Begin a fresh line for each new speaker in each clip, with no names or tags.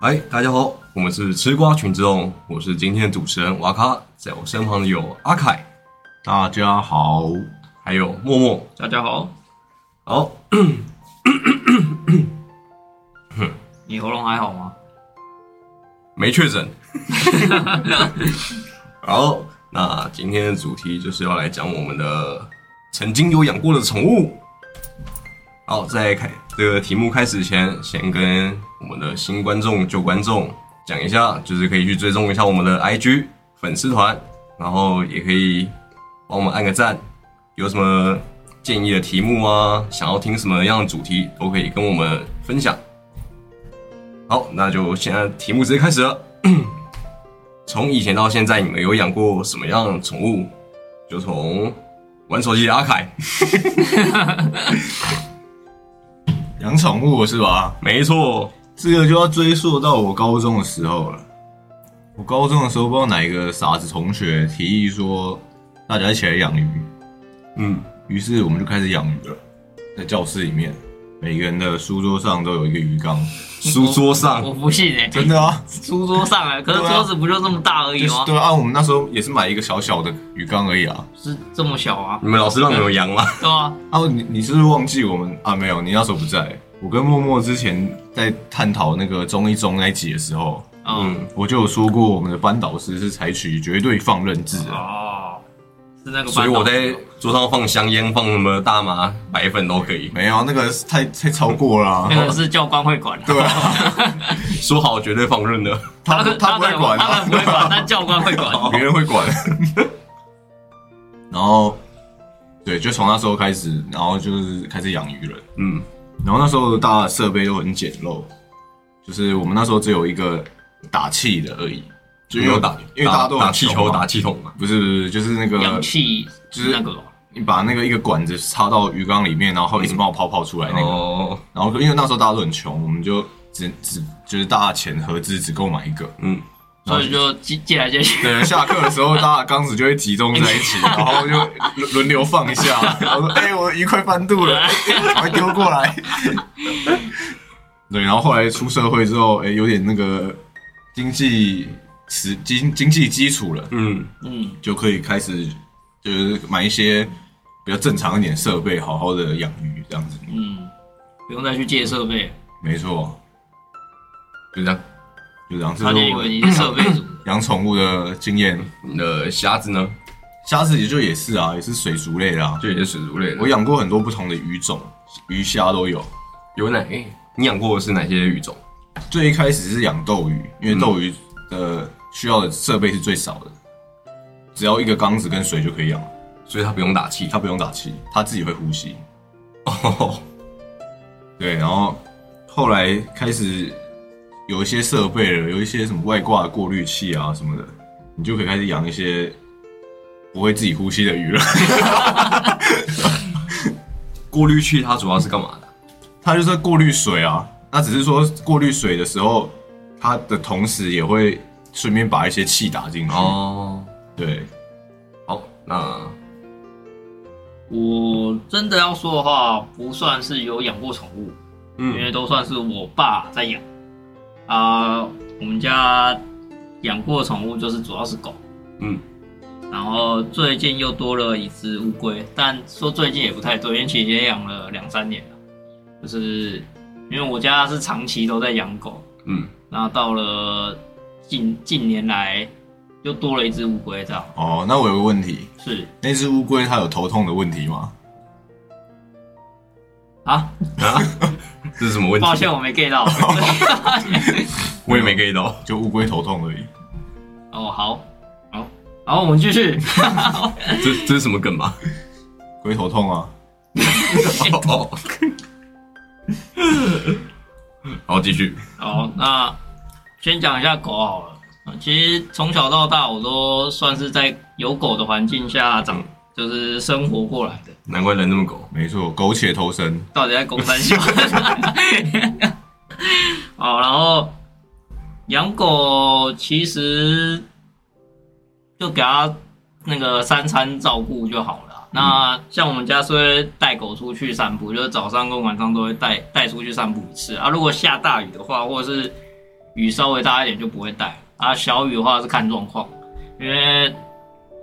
嗨，哎大家好，我们是吃瓜群众，我是今天的主持人瓦卡，在我身旁的有阿凯，
大家好，
还有默默。
大家好，
好，
你喉咙还好吗？
没确诊。 好，那今天的主题就是要来讲我们的曾经有养过的宠物。好，在开这个题目开始前，先跟我们的新观众、旧观众讲一下，就是可以去追踪一下我们的 IG 粉丝团，然后也可以帮我们按个赞。有什么建议的题目啊，想要听什么样的主题，都可以跟我们分享。好，那就现在题目直接开始了。 从以前到现在，你们有养过什么样的宠物？就从玩手机的阿凯，
养宠物是吧？
没错，
这个就要追溯到我高中的时候了。我高中的时候，不知道哪一个傻子同学提议说，大家一起来养鱼，
嗯，
于是我们就开始养鱼了。在教室里面，每个人的书桌上都有一个鱼缸，
书桌上
我不信 哎、
真的啊，
书桌上哎、可是
对啊
桌子不哎就这么大而已哦
就是
吗？
对啊，我们那时候也是买一个小小的鱼缸而已啊。
是这么小啊？
你们老师让你们养吗？
对啊，
啊，你你是不是忘记我们啊？没有，你那时候不在。我跟默默之前在探讨那个中一中那一集的时候，
嗯，
我就有说过，我们的班导师是采取绝对放任制的，
哦，是那个班导。
所以我在桌上放香烟，放什么大麻、白粉都可以。
没有那个是太太超过 了啊、
那个是教官会管的，
对啊，
说好绝对放任的，
他
可
不他不会管哦
他可
啊
能，不会管，但教官会管。
别人会管。然后，对，就从那时候开始，然后就是开始养鱼了。
嗯，
然后那时候大家的设备都很简陋，就是我们那时候只有一个打气的而已，就
没有打，
因为大家都
嗯打
很
气
穷
球、
嘛
打气筒嘛。
不是不是，就是那个
氧气
就是
是那个哦
你把那个一个管子插到鱼缸里面，然后一直
嗯
冒泡泡出来那个。
哦，
然后因为那时候大家都很穷，我们就只只就是大家钱合资只购买一个。
嗯，
所以就借借来借去。
对，下课的时候大家缸子就会集中在一起，然后就轮轮流放一下。然后说：“哎、我的鱼快翻肚了，哎赶快丢过来。” 对，然后后来出社会之后，哎、有点那个经济实经经济基础了，
嗯，
嗯，
就可以开始就是买一些比较正常一点设备，好好的养鱼这样子。
嗯，不用再去借设备，
没错，
就这样。
就这样。这
他
是
就以
我
为你是设备组的。
养宠物的经验。
你的虾子呢，
虾子也就也是啊，也是水族类的啊。
就也是水族类的。
我养过很多不同的鱼种，鱼虾都有。
有哪？你养过的是哪些鱼种？
最一开始是养斗鱼，因为斗鱼的需要的设备是最少的，只要一个缸子跟水就可以养，
所以它不用打气。
它不用打气，它自己会呼吸。
哦，
对，然后后来开始有一些设备了，有一些什么外挂的过滤器啊什么的，你就可以开始养一些不会自己呼吸的鱼了。
过滤器它主要是干嘛的？
它就是在过滤水啊。那只是说过滤水的时候，它的同时也会顺便把一些气打进去。哦，
哦，
对，
好，那
我真的要说的话，不算是有养过宠物，因为
嗯
都算是我爸在养。啊、我们家养过的宠物就是主要是狗，
嗯，
然后最近又多了一只乌龟，但说最近也不太对，因为其实也养了两三年了。就是因为我家是长期都在养狗，
嗯，
那到了近近年来又多了一只乌龟，这样
哦，那我有个问题，
是
那只乌龟它有头痛的问题吗？
啊，
啊，这是什么问题？
抱歉，我没 get 到。
我也没 get 到。
就乌龟头痛而已。
哦，好，好，好，我们继续。
这这是什么梗吧？
龟头痛啊，
哦哦，好，继续。
好，那先讲一下狗好了。呃其实从小到大，我都算是在有狗的环境下长，就是生活过来的。
难怪人那么狗。
没错，苟且偷生。
到底在公山 小？哦，然后养狗其实就给它那个三餐照顾就好了啊。那像我们家是会带狗出去散啊步，就是早上跟晚上都会带带出去散步一次啊。如果下大雨的话，或者是雨稍微大一点就不会带啊，小雨的话是看状况，因为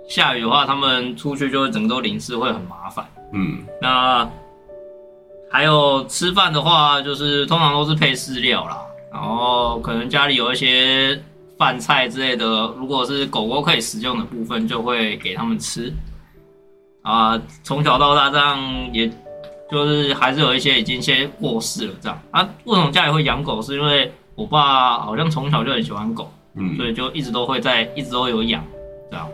下雨的话，他们出去就会整个都淋湿，会很麻烦。
嗯，
那还有吃饭的话，就是通常都是配饲料啦，然后可能家里有一些饭菜之类的，如果是狗狗可以食用的部分，就会给它们吃。啊，从小到大这样，也就是还是有一些已经先过世了这样啊。为什么家里会养狗？是因为我爸好像从小就很喜欢狗，
嗯
所以就一直都会在，一直都有养这样。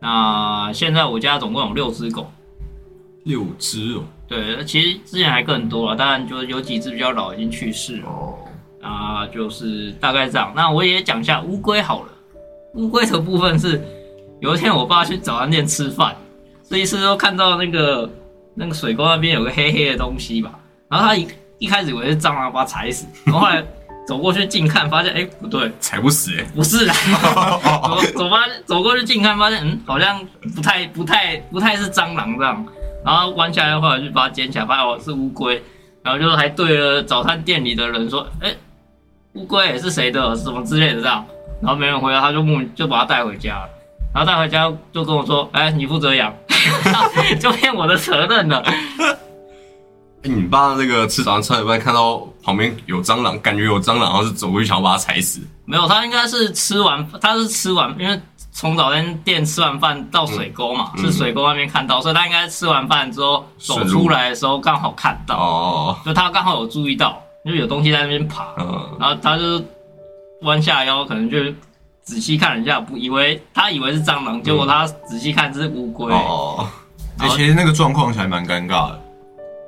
那现在我家总共有六只狗，
六只哦，
对，呃其实之前还更多了，当然就是有几只比较老已经去世了
哦，
啊，就是大概这样。那我也讲一下乌龟好了，乌龟的部分是有一天我爸去早餐店吃饭，这一次都看到那个那个水沟那边有个黑黑的东西吧，然后他一一开始以为是蟑螂把它踩死，然后后来走过去近看，发现哎、不对，
踩不死哎、
不是啦， 走走发走过去近看，发现嗯，好像不太不太不太是蟑螂这样，然后弯下来的话，我就把它捡起来，发现哦是乌龟，然后就还对了早餐店里的人说，哎、乌龟是谁的，什么之类的这样，然后没人回答，他就莫名就把它带回家了，然后带回家就跟我说，哎、你负责养， 就变我的责任了，
哎你爸那个吃早餐吃到一半看到旁边有蟑螂，感觉有蟑螂，然后就走过去想要把它踩死。
没有，他应该是吃完，他是吃完，因为从早餐店吃完饭到水沟嘛，
嗯
是水沟那边看到，所以他应该吃完饭之后走
顺路
出来的时候刚好看到，
哦，
就他刚好有注意到，就有东西在那边爬，
嗯，
然后他就弯下腰，可能就仔细看了一下，不以为他以为是蟑螂，结果他仔细看是乌龟，
嗯哦，
哎、其实那个状况起来蛮尴尬的。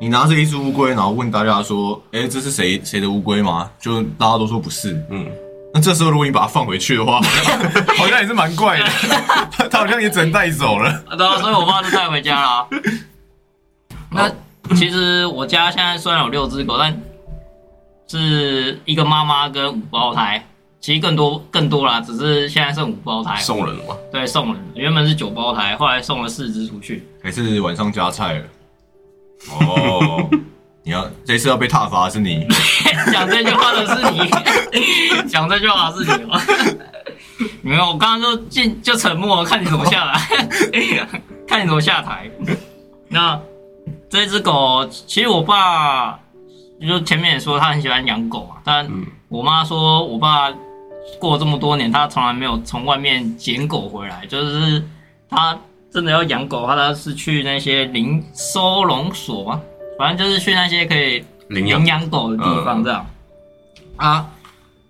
你拿着一只乌龟，然后问大家说：“哎、这是谁谁的乌龟吗？”就大家都说不是。
嗯，
那这时候如果你把它放回去的话， 好像也是蛮怪的。 它它好像也只能带走了。
对啊，所以我爸就带回家啦。那其实我家现在虽然有六只狗，但是一个妈妈跟五胞胎，其实更多更多啦，只是现在剩五胞胎，
送人了嘛，
对，送人，原本是九胞胎，后来送了四只出去。
还是晚上加 菜了。哦，你要这次要被踏伐的是你。
讲这句话的是你，讲这句话的是你吗？ 没有，我刚刚就进就沉默，看你怎么下来， 看你怎么下台。那这只狗，其实我爸就前面也说他很喜欢养狗嘛，但
嗯
我妈说我爸过了这么多年，他从来没有从外面捡狗回来，就是他真的要养狗，他是去那些领收容所嘛，反正就是去那些可以
领养嗯
领，养狗的地方这样。啊，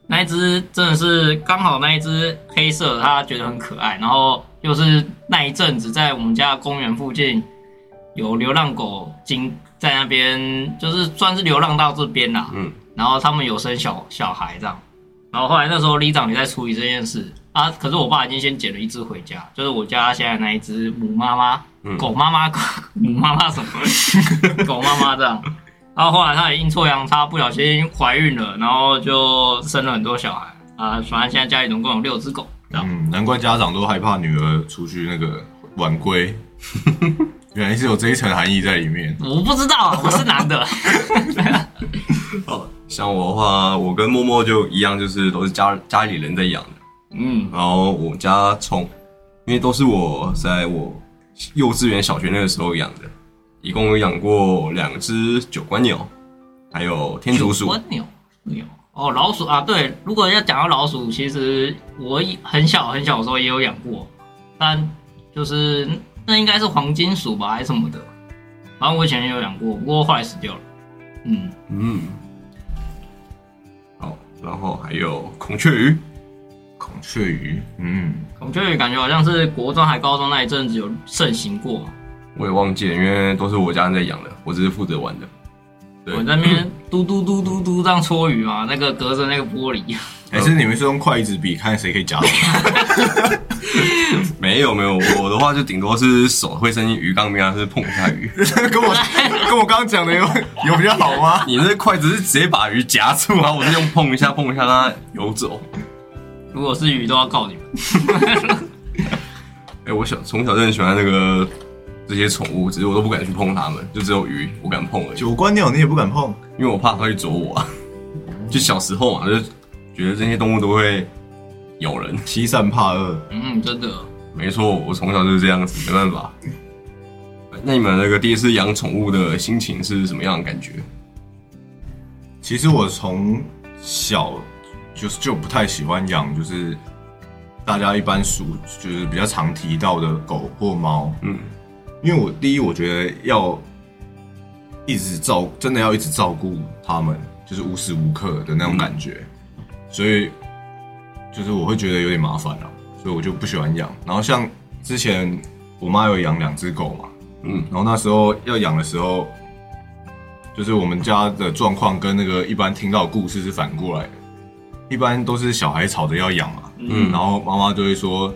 那一只真的是刚好那一只黑色的，它觉得很可爱，然后又是那一阵子在我们家公园附近有流浪狗经在那边，就是算是流浪到这边啦。
嗯，
然后他们有生小小孩这样，然后后来那时候里长也在处理这件事啊，可是我爸已经先捡了一只回家，就是我家现在那一只母妈妈、
嗯
狗妈妈、狗 母妈妈什么 狗妈妈这样，然后后来他也阴错阳差不小心怀孕了，然后就生了很多小孩啊，反正现在家里总共有六只狗这样。
嗯，难怪家长都害怕女儿出去那个晚 归，原来是有这一层含义在里面。
我不知道啊，我是男的，
哦，像我的话，我跟默默就一样，就是都是家家里人在养的。
嗯，
然后我家从，因为都是我在我幼稚园、小学那个时候养的，一共有养过两只九官鸟，还有天竺鼠。
蜗牛，牛哦，老鼠啊，对，如果要讲到老鼠，其实我也很小很小的时候也有养过，但就是那应该是黄金鼠吧，还是什么的，反正我以前也有养过，不过后来死掉了。嗯，
嗯，好，然后还有孔雀鱼。
孔雀鱼，嗯，
孔雀鱼感觉好像是国中还高中那一阵子有盛行过嘛，
我也忘记了，因为都是我家人在养的，我只是负责玩的。对
我在那边嘟嘟嘟嘟嘟这样搓鱼嘛，那个隔着那个玻璃，
还是你们是用筷子比，看谁可以夹到。
没有没有，我的话就顶多是手会伸进鱼缸里面，还是碰一下鱼。
跟我跟我刚刚讲的有有比较好吗？
你那筷子是直接把鱼夹住啊，我是用碰一下碰一下让它游走。
如果是鱼都要告你们。
哎、我小从小就很喜欢那个这些宠物，只是我都不敢去碰它们，就只有鱼我敢碰而已，
九官鸟你也不敢碰，
因为我怕它会啄我啊。就小时候嘛，就觉觉得这些动物都会咬人。
欺善怕恶，
嗯，真的，
没错，我从小就是这样子，没办法。那你们那个第一次养宠物的心情是什么样的感觉？
其实我从小就是就不太喜欢养，就是大家一般熟就是比较常提到的狗或猫，
嗯，
因为我第一我觉得要一直照，真的要一直照顾它们，就是无时无刻的那种感觉，所以就是我会觉得有点麻烦啊，所以我就不喜欢养。然后像之前我妈有养两只狗嘛，
嗯，
然后那时候要养的时候，就是我们家的状况跟那个一般听到的故事是反过来的，一般都是小孩吵着要养嘛，
嗯
然后妈妈就会说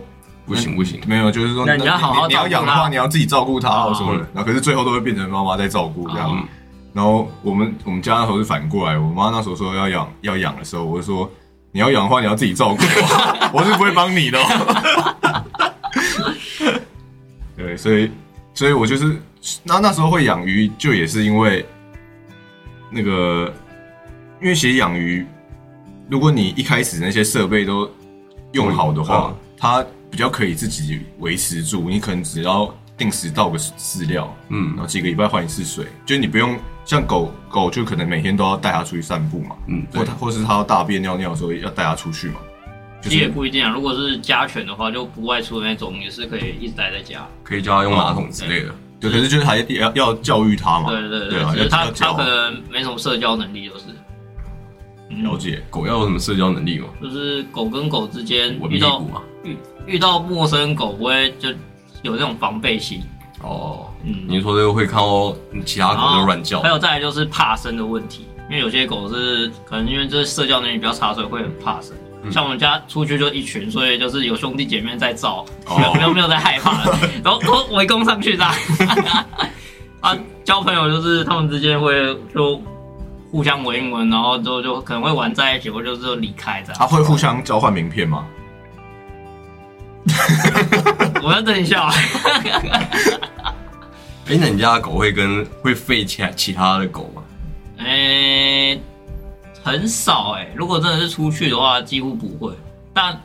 不行不行，
没有，就是说
那你要好好
你要
照顾它
养的话，你要自己照顾它
哦
或什么的。然后可是最后都会变成妈妈在照顾这
哦
样。然后我们我们家那时候是反过来，我妈那时候说要养要养的时候，我就说你要养的话你要自己照顾我， 我是不会帮你的哦。 对，所以所以我就是那那时候会养鱼，就也是因为那个，因为其实养鱼，如果你一开始那些设备都用好的话，
嗯
它比较可以自己维持住。你可能只要定时倒个饲料，然
嗯
后几个礼拜换一次水，就是你不用像狗狗，就可能每天都要带它出去散步嘛，
嗯，
或
对
它，或是它要大便尿尿的时候要带它出去嘛。就
其实也
是
不一定啊。如果是家犬的话，就不外出的那种，也是可以一直待在家。
可以叫它用马桶之类的。
对，可是就是还要要教育它嘛，
对对
对啊
只
要
是
要
它它
教
可能没什么社交能力，就是嗯
了解。
狗要有什么社交能力吗？
就是狗跟狗之间
闻
遇
屁
到
股啊？
遇遇到陌生狗，不会就有那种防备心。
哦，
嗯，
你说这个会看到其他狗啊就乱叫
哦啊还，有再来就是怕生的问题，因为有些狗是可能因为这社交能力比较差，所以会很怕生。
嗯
像我们家出去就一群，所以就是有兄弟姐妹在照，
哦
没有没有没有在害 怕的，然后都围攻上去的。啊，交朋友就是他们之间会就互相闻一闻，然后之后就可能会玩在一起，或者就是离开这
它
样。
会互相交换名片吗？
我要等一下，
哎，那你家的狗会跟会吠其他其他的狗吗？
诶、很少诶、如果真的是出去的话，几乎不会。但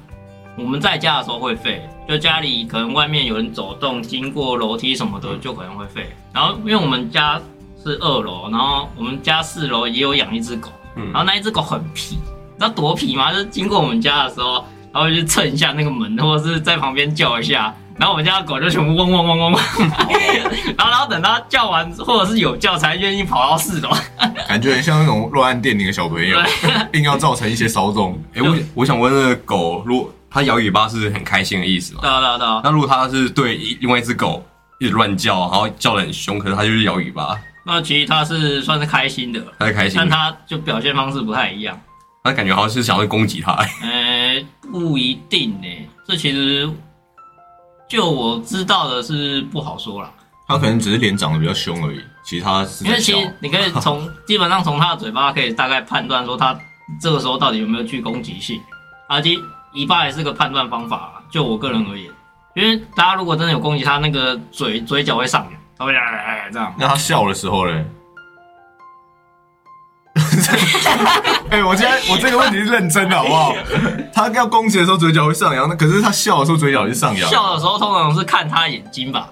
我们在家的时候会吠，就家里可能外面有人走动，经过楼梯什么的，就可能会吠。然后因为我们家是二楼，然后我们家四楼也有养一只狗，
嗯
然后那一只狗很皮，你知道多皮吗？就是经过我们家的时候，然后就蹭一下那个门，或者是在旁边叫一下。然后我们家的狗就全部嗡嗡嗡嗡嗡， 然后然后等它叫完，或者是有叫才愿意跑到四楼。
感觉很像那种乱按电铃的小朋友，硬要造成一些骚动。
哎，我我想问，那个狗如果它摇尾巴是很开心的意思吗？
对啊对啊对啊，
那如果它是对一另外一只狗一直乱叫，然后叫得很凶，可是它就是摇尾巴，
那其实他是算是开心的，
它在开心
但，他就表现方式不太一样。
它感觉好像是想要攻击它。哎
呃，不一定呢、这其实就我知道的是不好说啦，
他可能只是脸长得比较凶而已，其他是
因
在
为
笑
其。实你 可以从基本上从他的嘴巴可以大概判断说他这个时候到底有没有具攻击性，啊而且尾巴也是个判断方法啦。就我个人而言，因为大家如果真的有攻击他，那个嘴嘴角会上扬，他会哎哎哎这样。
那他笑的时候嘞？ 哎、我今天我这个问题是认真的，好不好？他要攻击的时候嘴角会上扬，那可是他笑的时候嘴角就上扬。
笑的时候通常是看他眼睛吧，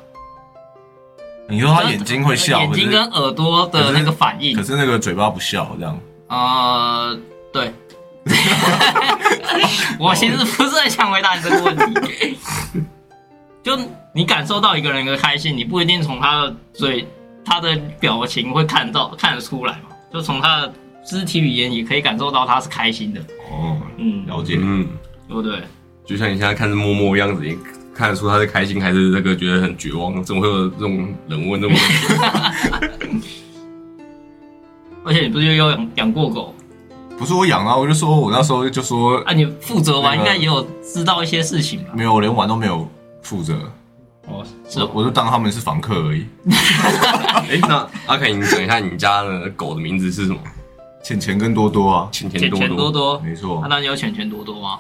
你说他眼睛会笑，
眼睛跟耳朵的那个反应
可是可。是那个嘴巴不笑，这样
呃，对。 我其实不是很想回答你这个问题。就你感受到一个人的开心，你不一定从他的嘴、他的表情会看到看得出来嘛，就从他的肢体语言也可以感受到他是开心的，
哦，
嗯，
了解。
嗯，
对不对？
就像你现在看着默默的样子，你看得出他是开心还是那个觉得很绝望？怎么会有这种人问这种问题？
而且你不是又养养过狗
不是我养啊，我就说我那时候就说
啊？你负责
那
完
个
应该也有知道一些事情吧？
没有，我连玩都没有负责，
哦，是
我
哦，
我就当他们是房客而已。
哎、那阿凯，你讲一下你家的狗的名字是什么？
浅浅跟多多啊，
钱
钱
钱多
钱多
多。
多，
没错
啊，，那你有钱钱多多吗？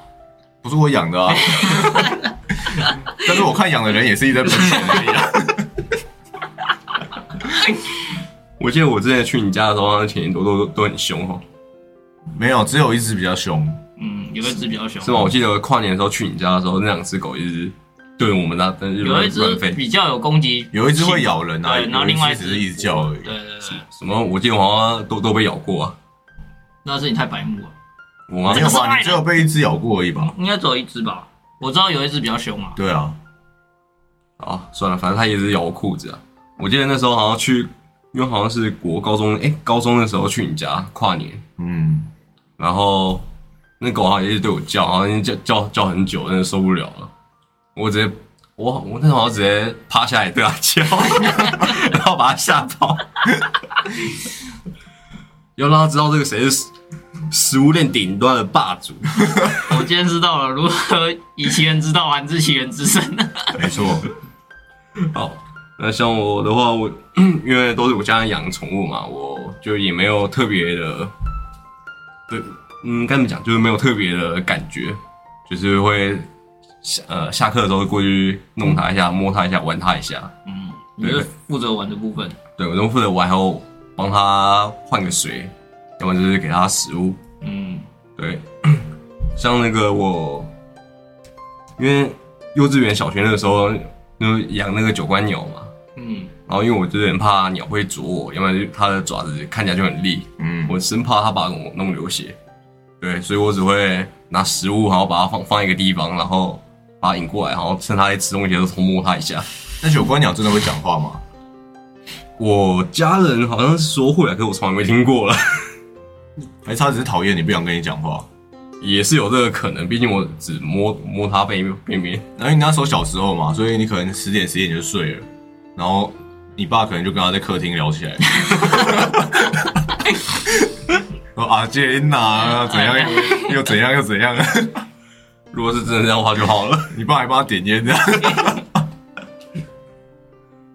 不是我养 的啊。但是我看养的人也是一直在喷钱而已啊。
我记得我之前去你家的时候，钱钱多多都都很凶哦。
没有，只有一只比较凶，
嗯，有一只比较凶
是，吗？我记得跨年的时候去你家的时候，那两只狗一直对我们那但是
有一
乱
只
乱吠。
比较有攻击，
有一只会咬人啊，
对，然后另外
有一只只是一直叫而已
对。对对，
什么？我记得我好像都都被咬过啊，
那是你太白目了，
我吗
没
这？
有
个是坏
吧？
人
你只有被一只咬过而已吧？
应该只有一只吧？我知道有一只比较凶啊，
对啊，
啊，算了，反正它一直咬我裤子啊。我记得那时候好像去，因为好像是国高中，哎、高中的时候去你家跨年，
嗯，
然后那狗好像一直对我叫，好像叫叫叫很久，真的受不了了。我直接，我我那时候好像直接趴下来对它叫， 然后把它吓跑， 要让它知道这个谁是食物链顶端的霸主。
我今天知道了如何以其人之道还治其人之身。
没错，
好，那像我的话，我 因为都是我家人养宠物嘛，我就也没有特别的，对，嗯，该怎么讲，就是没有特别的感觉，就是会下呃下课的时候过去弄它一下，摸它一下，玩它一下，
嗯， 你是负责玩的部分，
对我都负责玩，还有帮它换个水，要么就是给它食物，
嗯，
对，像那个我，因为幼稚园、小学那个时候，就是养那个九官鸟嘛。
嗯，
然后因为我就是很怕鸟会啄我，要不然就它的爪子看起来就很利，
嗯，
我生怕它把我弄流血。对，所以我只会拿食物，然后把它放放一个地方，然后把它引过来，然后趁它在吃东西的时候偷摸它一下。
那九官鸟真的会讲话吗？
我家人好像是说会啊，可是我从来没听过了，
还是它只是讨厌你，不想跟你讲话？
也是有这个可能。毕竟我只摸摸它背面背面，
然后你那时候小时候嘛，所以你可能十点十一点就睡了，然后你爸可能就跟他在客厅聊起来。 说啊，杰娜怎
哎
样又又怎样又怎样，
如果是真的这样的话就好了。
你爸还帮他点烟这样。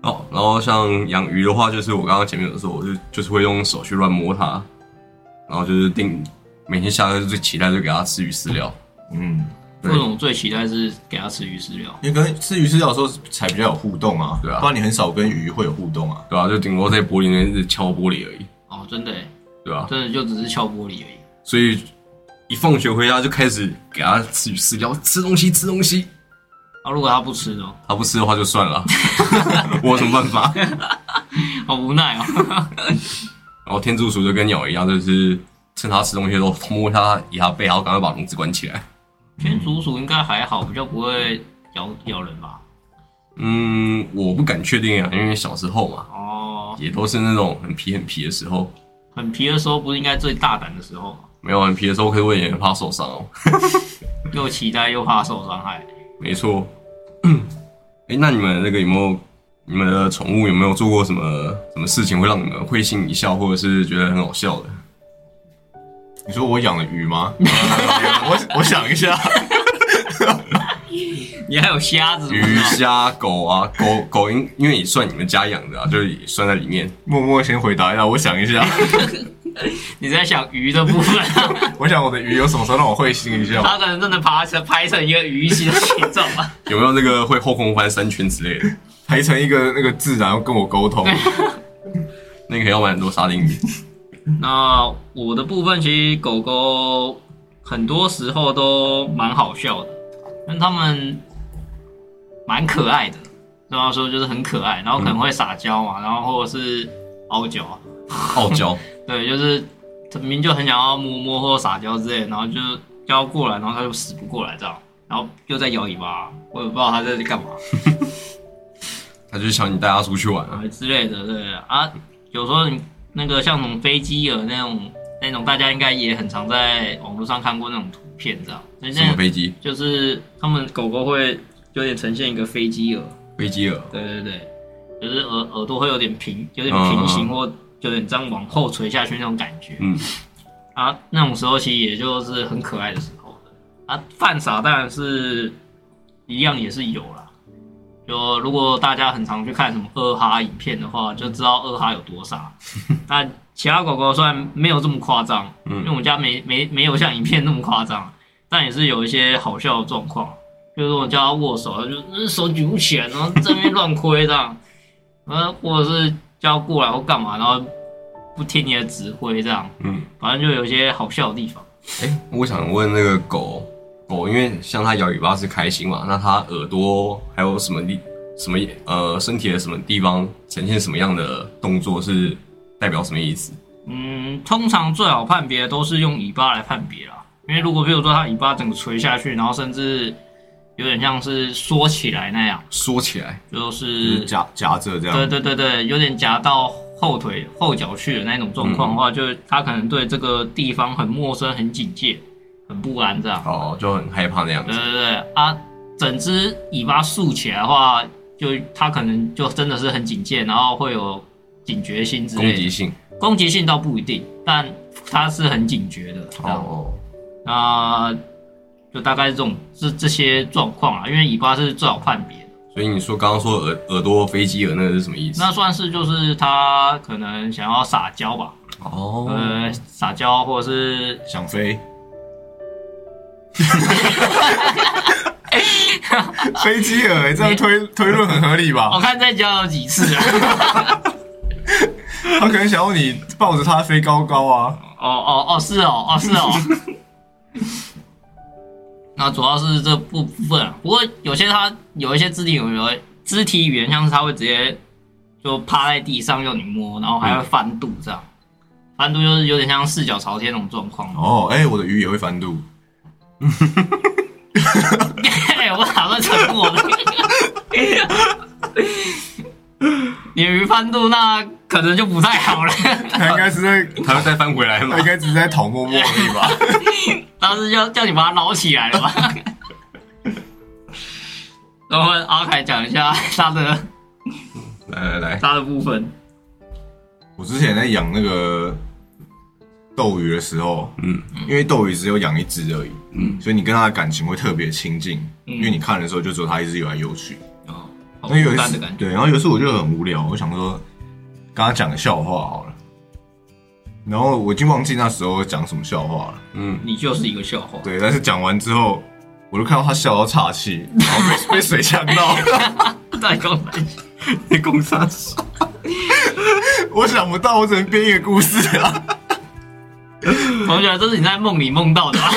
哦，然后像养鱼的话，就是我刚刚前面有说，我就就是会用手去乱摸它，然后就是定每天下课就最期待就给它吃鱼饲料。
嗯，
对
为什么我最期待是给它吃鱼饲料？
因为跟吃鱼饲料的时候才比较有互动啊，
对啊
不然你很少跟鱼会有互动啊。
对啊，就顶多在玻璃那边是敲玻璃而已，
哦，真的耶，
对啊，
真的就只是敲玻璃而已。
所以一放学回家就开始给它吃鱼饲料，吃东西吃东西，
啊，如果它不吃呢？
它不吃的话就算了， 我有什么办法？
好无奈哦。
然后天竺鼠就跟鸟一样，就是趁它吃东西的时候偷摸它一下背，然后赶快把笼子关起来。
天竺鼠应该还好，比较不会咬咬人吧？
嗯，我不敢确定啊，因为小时候嘛，
哦，
也都是那种很皮很皮的时候，
很皮的时候不是应该最大胆的时候吗？
没有很皮的时候，可是我也很怕受伤哦。
又期待又怕受伤害。
没错。 哎、那你们那个有没有你们的宠物有没有做过什么什么事情会让你们会心一笑，或者是觉得很好笑的？
你说我养了鱼吗？ 我我想一下，
你还有瞎子
鱼
吗？
虾、狗啊，狗狗因因为也算你们家养的啊，就是也算在里面。
默默先回答一下，我想一下，
你在想鱼的部分、
我想我的鱼有什么时候让我会心一笑？
它可能真的爬成拍成一个鱼形的形状啊吧。
有没有那个会后空翻三圈之类的？
排成一个那个字，然后跟我沟
嗯
通。
那个要买很多沙丁鱼。
那我的部分，其实狗狗很多时候都蛮好笑的，因为它们蛮可爱的，这样说就是很可爱，然后可能会撒娇嘛，然后或者是啊傲娇，
傲娇，
对，就是它明明就很想要摸摸或撒娇之类的，然后就叫它过来，然后它就死不过来这样，然后又在摇尾巴，我也不知道它在干嘛。
他就是想你带他出去玩啊。
啊之类的，对啊，有时候你那个像什么飞机耳那种那种，大家应该也很常在网络上看过那种图片，这样，所以
什么
那
飞机？
就是他们狗狗会有点呈现一个飞机耳，
飞机耳。
对对对，就是耳耳朵会有点平，有点平行或有点这样往后垂下去那种感觉
嗯，
啊，那种时候其实也就是很可爱的时候了啊，犯傻当然是一样也是有啦。就如果大家很常去看什么二哈影片的话，就知道二哈有多傻。那其他狗狗虽然没有这么夸张，
嗯
因为我们家没没没有像影片那么夸张，但也是有一些好笑的状况。就是我叫它握手，它就嗯手举不起来，然后在那边乱挥这样，呃，或者是叫它过来或干嘛，然后不听你的指挥这样，
嗯，
反正就有一些好笑的地方。
我想问那个狗狗，因为像它摇尾巴是开心嘛，那它耳朵还有什么地什么呃身体的什么地方呈现什么样的动作是代表什么意思？
嗯，通常最好判别都是用尾巴来判别啦，因为如果比如说它尾巴整个垂下去，然后甚至有点像是缩起来那样，
说起来，
就是
夹夹着这
对
样，
对对对，有点夹到后腿后脚去的那种状况的话，就是它可能对这个地方很陌生、很警戒、很不安这样。
哦，就很害怕那样
对
子。
对对啊，整只尾巴竖起来的话，就它可能就真的是很警戒，然后会有警觉性之
攻
类的
击性
攻击性倒不一定，但它是很警觉的。这样
哦，
那、就大概是这种是这些状况啊，因为尾巴是最好判别的。
所以你说刚刚说耳耳朵飞机耳那个是什么意思？
那算是就是它可能想要撒娇吧，
哦，
呃，撒娇或者是
想 飞，飞机耳，这样推推论很合理吧
我？看再教有几次啊。
他可能想要你抱着它飞高高啊，
哦哦哦，是哦哦是哦。那主要是这部部分啊，不过有些它有一些肢体语言，肢体语言像是它会直接就趴在地上让你摸，然后还会翻肚这样，翻肚就是有点像四脚朝天那种状况。
哦，哎、我的鱼也会翻肚，
嘿我打算沉默了。 你鱼翻肚那可能就不太好了，
它应该是在，
它会再翻回来吗
它应？该只是在讨默默而已吧？
当时叫叫你把它捞起来了 吧。然后阿凯讲一下他的
来来来，
他的部分，
我之前在养那个斗鱼的时候，
嗯
嗯，因为斗鱼只有养一只而已，嗯，所以你跟它的感情会特别亲近，
嗯
因为你看的时候就只有它一直游来游去。
哦，好
那有
孤
一
单
次
的感，觉。
对，然后有一次我就很无聊，我想说跟他讲个笑话好了，然后我已经忘记那时候讲什么笑话了，
嗯，
你就是一个笑话，
对，但是讲完之后，我就看到他笑到岔气，然后被被水呛 到，
在公司
你攻杀手，
我想不到，我只能编一个故事啊，
同学，这是你在梦里梦到的 吧？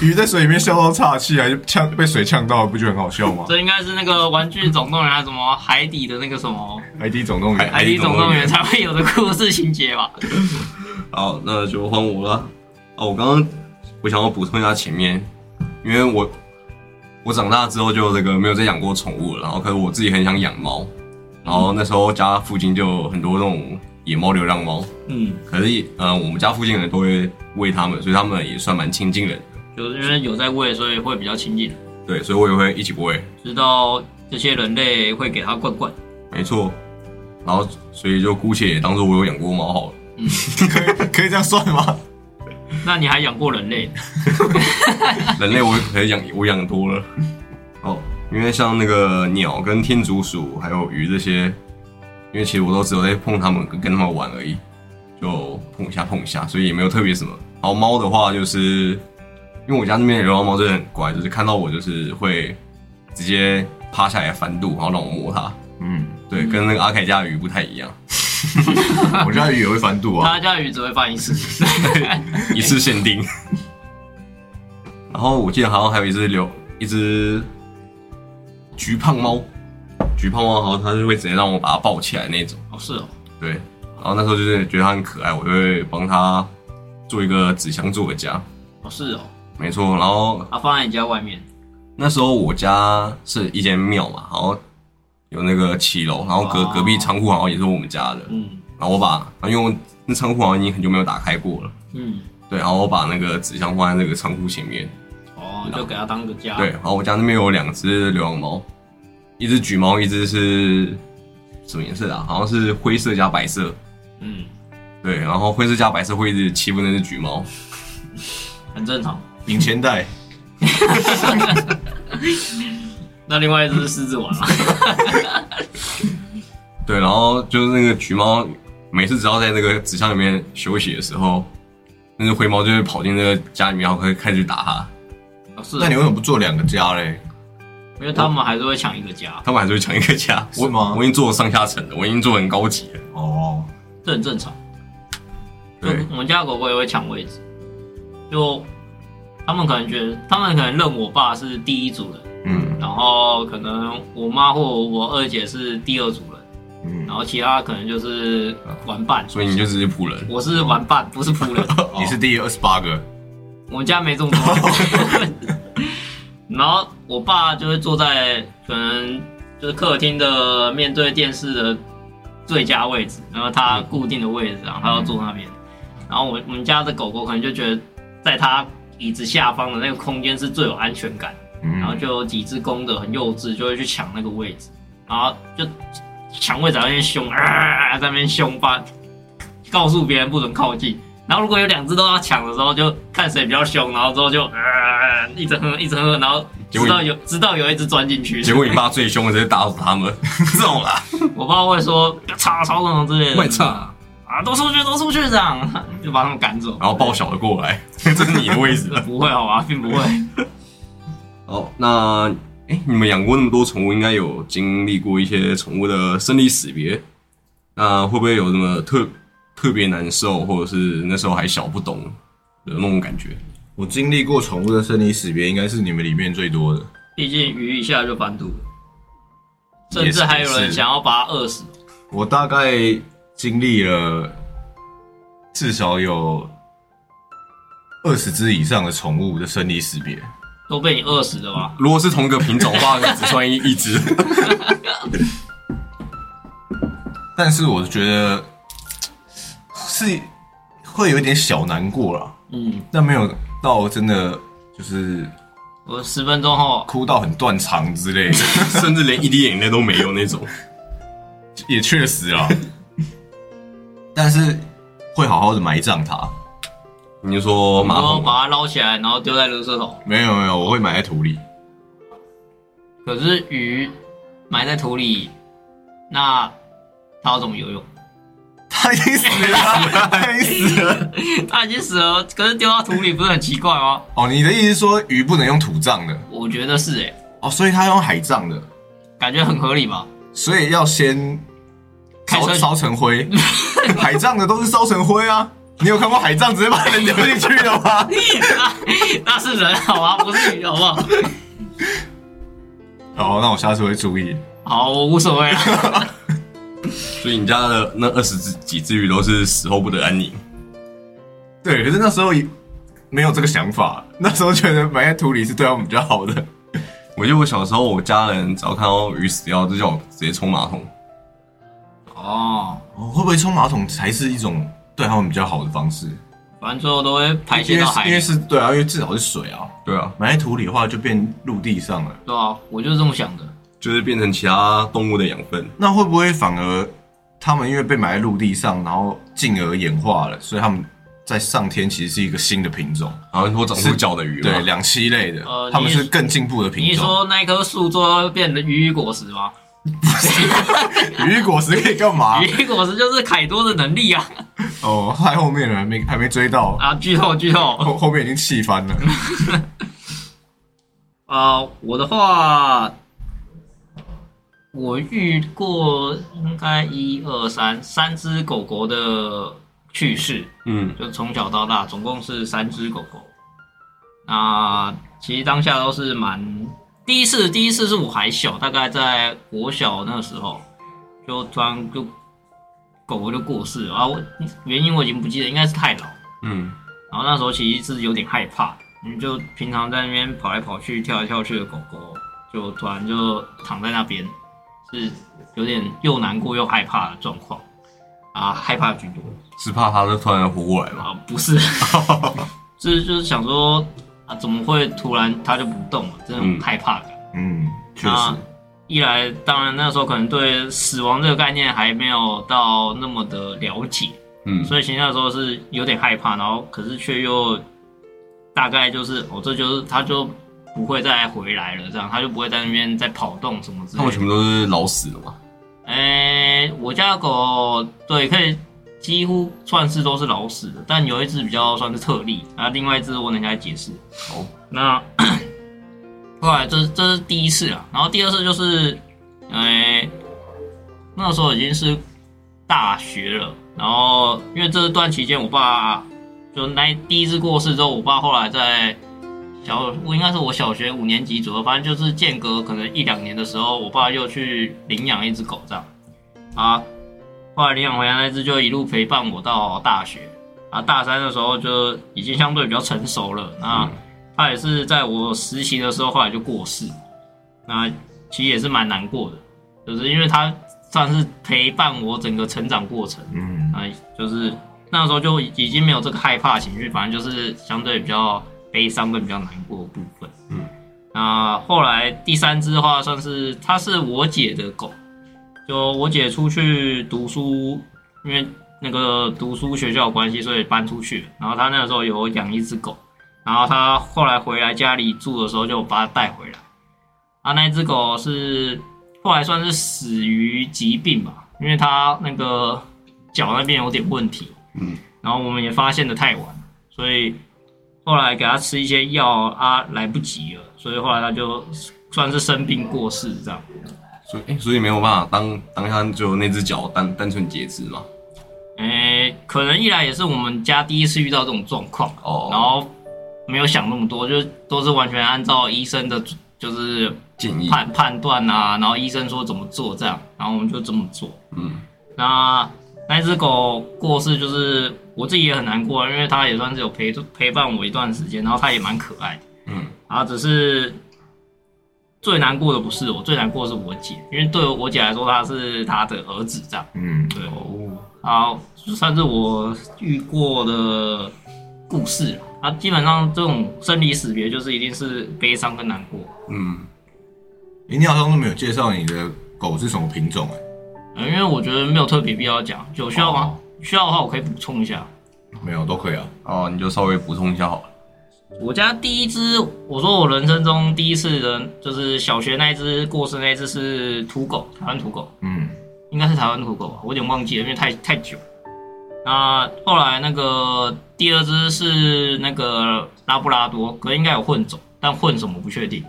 鱼在水里面笑到岔气，还是呛被水呛到，不就很好笑吗？
这应该是那个《玩具总动员》还是什么海底的那个什么
海底总动员，
海底总动
动
员
员
才会有的故事情节吧？
好，那就换我了。哦，我刚刚我想要补充一下前面，因为我我长大之后就这个没有再养过宠物了，然后可是我自己很想养猫，然后那时候家附近就有很多那种野猫、流浪猫，
嗯，
可是也呃我们家附近的人都会喂它们，所以它们也算蛮亲近人的。
就是因为有在喂，所以会比较亲近，
对，所以我也会一起喂，
知道这些人类会给它罐罐。
没错。然后所以就姑且也当做我有养过猫好了。
可以可以这样算吗？
那你还养过人类？
人类我可能养我养多了哦，因为像那个鸟跟天竺鼠还有鱼这些，因为其实我都只有在碰它们跟跟它们玩而已，就碰一下碰一下，所以也没有特别什么。然后猫的话，就是因为我家那边的流浪猫真的很乖，就是看到我就是会直接趴下来翻肚，然后让我摸它。
嗯，
对，跟那个阿凯家的鱼不太一样，
我家鱼也会翻肚啊。
他家鱼只会翻一次，
一次限定。然后我记得好像还有一只流一只橘胖猫，橘胖猫好像它就会直接让我把它抱起来那种。
哦是哦，
对，然后那时候就是觉得它很可爱，我就会帮它做一个纸箱做的家。
哦是哦，
没错，然后
他啊放在你家外面，
那时候我家是一间庙嘛，然后有那个七楼，然后隔
哦
隔壁仓库好像也是我们家的，
嗯
然后我把，因为我那仓库好像已经很久没有打开过了，
嗯，
对，然后我把那个纸箱放在那个仓库前面，
哦就给他当个家，
对，，然后我家那边有两只流浪猫，一只橘猫，一只是什么颜色的啊？好像是灰色加白色。
嗯，
对，然后灰色加白色会一直欺负那只橘猫。
很正常。
领钱袋，
那另外一只是狮子王啊，
对，然后就是那个橘猫，每次只要在那个纸箱里面休息的时候，那只灰猫就会跑进那个家里面，然后开开始去打它。
哦是哦
那你为什么不做两个家嘞？
因为他们还是会抢一个家，
它们还是会抢一个家。
是吗
我我已经做上下层了，我已经做很高级了。
哦，
这很正常。就
对
我们家的狗狗也会抢位置，就他们可能觉得，他们可能认我爸是第一主人，
嗯
然后可能我妈或我二姐是第二主人，
嗯
然，后其他可能就是玩伴。
所以你就只是仆人。
我是玩伴，不是仆人。
你是第二十八个，
我们家没这么多。 然后我爸就会坐在可能就是客厅的面对电视的最佳位置，然后他固定的位置啊，他要坐那边。然后我我们家的狗狗可能就觉得在它椅子下方的那个空间是最有安全感，然后
嗯，
就有几只公的很幼稚，就会去抢那个位置，然后就抢位置在那边凶啊，在那边凶吧，告诉别人不准靠近。然后如果有两只都要抢的时候，就看谁比较凶，然后之后就啊一直哼一直哼，然后
结果
直
你
到有直到有一只钻进去，
结果你爸最凶的是打死他们，这种啦，
我爸会说不要吵吵什么之类的，
卖差，
啊都出去都出去这样，就把他们赶走。
然后抱小的过来， 这是你的位置。
不会好吧，并不会。
哦，那哎、你们养过那么多宠物，应该有经历过一些宠物的生离死别，那会不会有什么特特别难受，或者是那时候还小不懂的那种感觉？
我经历过宠物的生离死别，应该是你们里面最多的。
毕竟鱼一下就翻肚了，
也
甚
是
至还有
也
人
是
想要把它饿死。
我大概经历了至少有二十只以上的宠物的生离死别。
都被你饿死的吧？
如果是同一个品种的话，只算一一只。
但是我觉得是会有一点小难过啦，
嗯，
但没有到真的就是
我十分钟后
哭到很断肠之类的，
甚至连一滴眼泪都没有那种。
也确实啊啦。 但是会好好的埋葬它，
你就说马
然后
桶
把它捞起来，然后丢在垃圾桶。
没有没有，我会埋在土里。
可是鱼埋在土里，那它要怎么游泳？
它已经死了，它已经死了。
它已经死了，可是丢到土里不是很奇怪吗？
哦，你的意思是说鱼不能用土葬的
我觉得是诶、欸
哦，所以它用海葬的，
感觉很合理吧？
所以要先
开
烧
车
烧成 灰。海葬的都是烧成灰啊，你有看过海葬直接把人丢进去的 吗？
那 那是人好吗？不是鱼好不好？
哦，那我下次会注意。
好，我无所谓了。
所以你家的那二十只几只鱼都是死后不得安宁。
对，可是那时候也没有这个想法，那时候觉得埋在土里是对我们比较好的。
我记得我小时候，我家人只要看到鱼死掉，就叫我直接冲马桶。
哦，
哦，会不会冲马桶才是一种对他们比较好的方式？
反正最后都会排
因
泄
为
到
是
海
因为
里，
是对啊，因为至少是水啊，
对啊，
埋在土里的话就变陆地上了。
对啊，我就是这么想的。
就是变成其他动物的养分。
那会不会反而他们因为被埋在陆地上，然后进而演化了，所以他们在上天其实是一个新的品种，
然后说长出脚的鱼嘛，
对，两栖类的，
嗯呃
他们
你
是更进步的
你
品
一
种。
说那棵树最后会变成鱼与果实吗？
鱼果实可以干嘛？
鱼与果实就是凯多的能力啊！
哦，太后面了，还没还没追到，
啊，剧透剧透。
后后面已经气翻了。
啊、我的话，我遇过应该一二三三只狗狗的去世，
嗯，
就从小到大总共是三只狗狗。那、其实当下都是蛮第一次，第一次是我还小，大概在国小那时候，就突然就狗狗就过世了啊，我原因我已经不记得，应该是太老。
嗯，
然后那时候其实是有点害怕，你就平常在那边跑来跑去、跳来跳去的狗狗，就突然就躺在那边，是有点又难过又害怕的状况啊，害怕居多
是怕它就突然活过来嘛。
啊，不是，是就是想说啊，怎么会突然它就不动了，这种
嗯
害怕感。
嗯，确实
那，一来，当然那时候可能对死亡这个概念还没有到那么的了解，
嗯，
所以其实那时候是有点害怕，然后可是却又大概就是哦，这就是他就不会再回来了，这样他就不会在那边再跑动什么之
它
类
们全部
的。
都是老死的嘛。
哎、我家的狗对可以几乎算是都是老死的，但有一只比较算是特例，啊，另外一只我等一下解释。
好，
那 后来这是这是第一次啊，然后第二次就是，哎、那时候已经是大学了，然后因为这段期间，我爸就那一第一次过世之后，我爸后来在小我应该是我小学五年级左右，反正就是间隔可能一两年的时候，我爸又去领养一只狗这样啊。后来领养回来那只就一路陪伴我到大学啊，大三的时候就已经相对比较成熟了。那它也是在我实习的时候，后来就过世。那其实也是蛮难过的，就是因为它算是陪伴我整个成长过程。
嗯，
哎，就是那时候就已经没有这个害怕情绪，反正就是相对比较悲伤跟比较难过的部分。
嗯，
那后来第三只的话，算是它是我姐的狗，就我姐出去读书，因为那个读书学校的关系，所以搬出去了。然后她那个时候有养一只狗，然后她后来回来家里住的时候，就把它带回来。啊，那一只狗是后来算是死于疾病吧，因为它那个脚那边有点问题，
嗯，
然后我们也发现的太晚，所以后来给他吃一些药啊，来不及了，所以后来他就算是生病过世这样。
所以、诶所以没有办法当当下就那只脚单单纯截肢嘛。
诶、可能一来也是我们家第一次遇到这种状况，
哦，
然后没有想那么多，就都是完全按照医生的，就是
建议，
判判断啊，然后医生说怎么做这样，然后我们就这么做。
嗯，
那那只狗过世，就是我自己也很难过，因为它也算是有陪陪伴我一段时间，然后它也蛮可爱的。
嗯，
然后只是最难过的不是我，最难过的是我姐，因为对我姐来说，她是她的儿子这样。
嗯，
对，
哦，
然后算是我遇过的故事了啊，基本上这种生离死别就是一定是悲伤跟难过。
嗯，
诶你好像都没有介绍你的狗是什么品种哎、
嗯，因为我觉得没有特别必要讲，有需要吗
哦？
需要的话我可以补充一下。
没有，都可以啊。
哦，你就稍微补充一下好了。
我家第一只，我说我人生中第一次的，就是小学那一只过世那一只是土狗，台湾土狗，
嗯，
应该是台湾土狗吧，我有点忘记了，因为太太久了。那后来那个第二只是那个拉布拉多，可能应该有混种，但混什么不确定。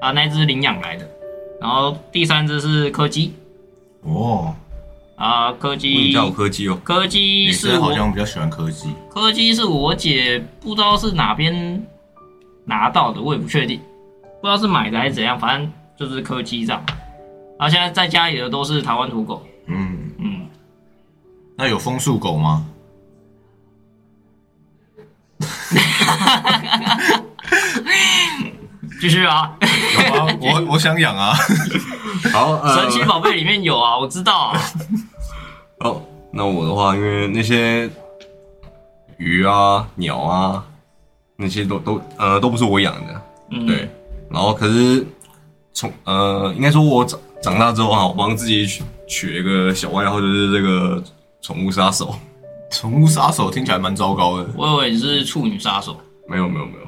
啊，那只领养来的。然后第三只是柯基，
哦，
啊，柯
你
基，
叫我柯基哦，
柯
女
基是
生好
我
像比较喜欢柯基。
柯基是我姐不知道是哪边拿到的，我也不确定，不知道是买的还是怎样，反正就是柯基这样。然后现在在家里的都是台湾土狗，
嗯，
嗯，
那有枫树狗吗？
继续啊，
有 啊，我我想养啊。
好，呃
神奇宝贝里面有啊，我知道 啊，
哦，那我的话，因为那些鱼啊、鸟啊，那些都都呃都不是我养的，
嗯，
对。，然后可是从呃，应该说我长长大之后啊，我帮自己取取了一个小外号，就是这个宠物杀手。
宠物杀手听起来蛮糟糕的。
我以为你是处女杀手，
没有没有没有，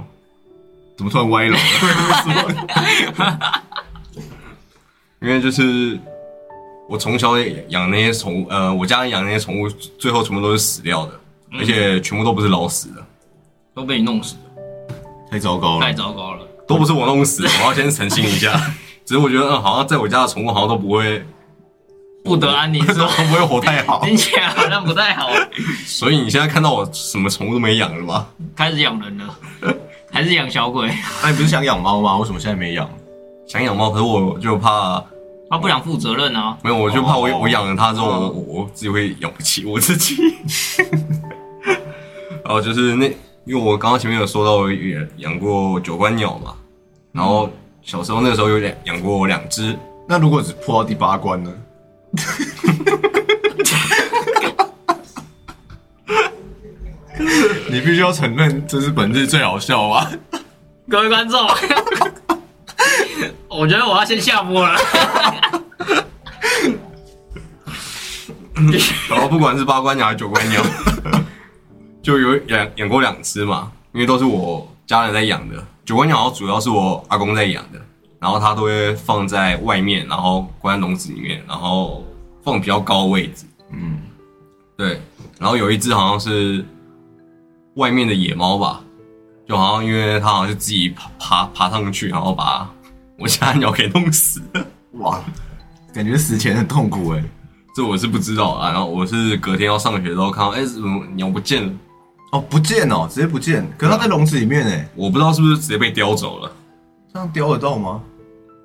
怎么突然歪 楼了？
因为就是我从小养那些宠物，呃，我家养那些宠物，最后全部都是死掉的，而且全部都不是老死的，
都被你弄死了，
太糟
哦
糕
太
了。
糟糕了。
都不是我弄死的。我要先澄清一下，只是我觉得，嗯，好像在我家的宠物好像都不会
不得安宁 是
都
吧？
不会活太好，
听起来好像不太好，
所以你现在看到我什么宠物都没养了吧？
开始养人了，还是养小鬼？
那你不是想养猫吗？为什么现在没养？
想养猫，可是我就怕
他不想负责任啊，
没有，我就怕我、
哦
我养了它之后，我
哦
我我自己会养不起我自己。 然后就是那，因为我刚刚前面有说到，我也养过九官鸟嘛，然后小时候那个时候有两养过两只，
那如果只破到第八关 呢？你必须要承认，这是本日最好笑啊！
各 位观众，我觉得我要先下播了。
然后不管是八官鸟还是九官鸟， 就有养养过两只嘛，因为都是我家人在养的。九官鸟主要是我阿公在养的，然后他都会放在外面，然后关在笼子里面，然后放比较高的位置。
嗯，
对，然后有一只好像是外面的野猫吧，就好像因为它好像是自己爬爬爬上去，然后把我家鸟给弄死了。
哇，感觉死前很痛苦哎、
这我是不知道啊。然后我是隔天要上学的时候看到，哎、怎么鸟不见了？
哦，不见哦，直接不见。可是它在笼子里面哎，
我不知道是不是直接被叼走了，
这样叼得到吗？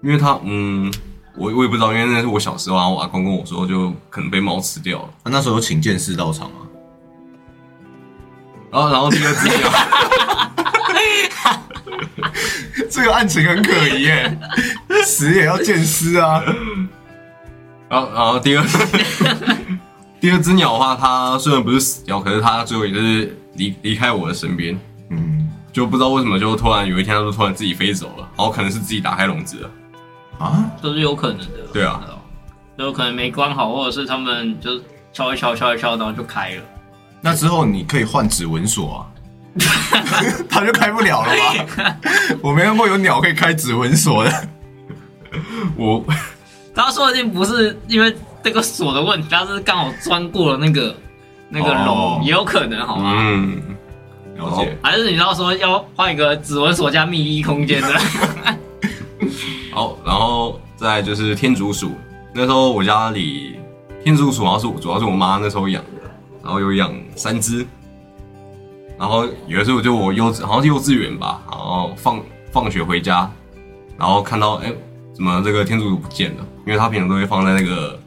因为它，嗯，我我也不知道，因为那是我小时候啊，我阿公跟我说，就可能被猫吃掉了。
啊、那时候有请见四道场啊，
然后，然后第二只鸟，
这个案情很可疑 哎，死也要见尸啊。
然后，然后第二， 第二只鸟的话，它虽然不是死掉，可是它最后也是离离开我的身边，
嗯，
就不知道为什么就突然有一天，它就突然自己飞走了，然后可能是自己打开笼子了。
啊，
都是有可能的。
对啊，
有可能没关好，或者是他们就敲一敲、敲一敲，然后就开了。
那之后你可以换指纹锁 啊，它就开不了了吧？我没看过有鸟可以开指纹锁的。
我
他说不定不是因为这个锁的问题，他是刚好钻过了那个那个
哦
笼，也有可能好吗？
嗯，
了解，
还是你要说要换一个指纹锁加密衣空间的？
好，然后再来就是天竺鼠。那时候我家里天竺鼠，好像是我主要是我妈那时候养的，然后有养三只。然后有一次我就我幼稚好像是幼稚园吧，然后放放学回家，然后看到哎怎么这个天竺鼠不见了？因为它平常都会放在那个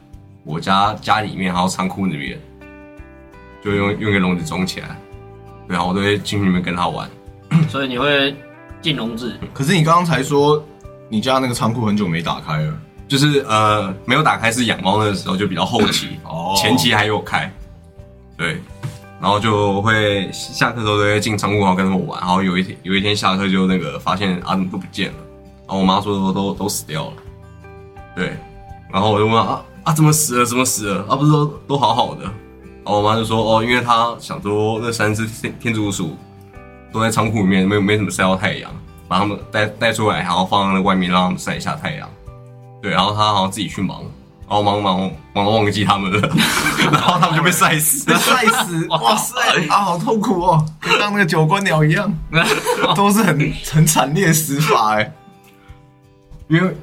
我家家里面，还有仓库那边，就用用一个笼子装起来。对，然后我都会进去里面跟它玩。
所以你会进笼子，
可是你刚刚才说你家那个仓库很久没打开了，
就是呃没有打开是养猫那个时候就比较后期
哦
前期还有开，对，然后就会下课的时候都会进仓库然后跟他们玩，然后有一天有一天下课就那个发现啊怎么都不见了，然后我妈说都都死掉了，对，然后我就问她啊啊怎么死了怎么死了啊不是都都好好的，然后我妈就说哦因为她想说那三只天天竺鼠都在仓库里面没有没怎么晒到太阳，把它们带带出来，然后放在外面让它们晒一下太阳。对，然后他好像自己去忙，然后忙忙忙到忘记他们了， 然后他们就被晒死
被。晒死！ 哇塞啊，好痛苦哦，跟当那个九官鸟一样， 都是很很惨烈的死法哎。
因为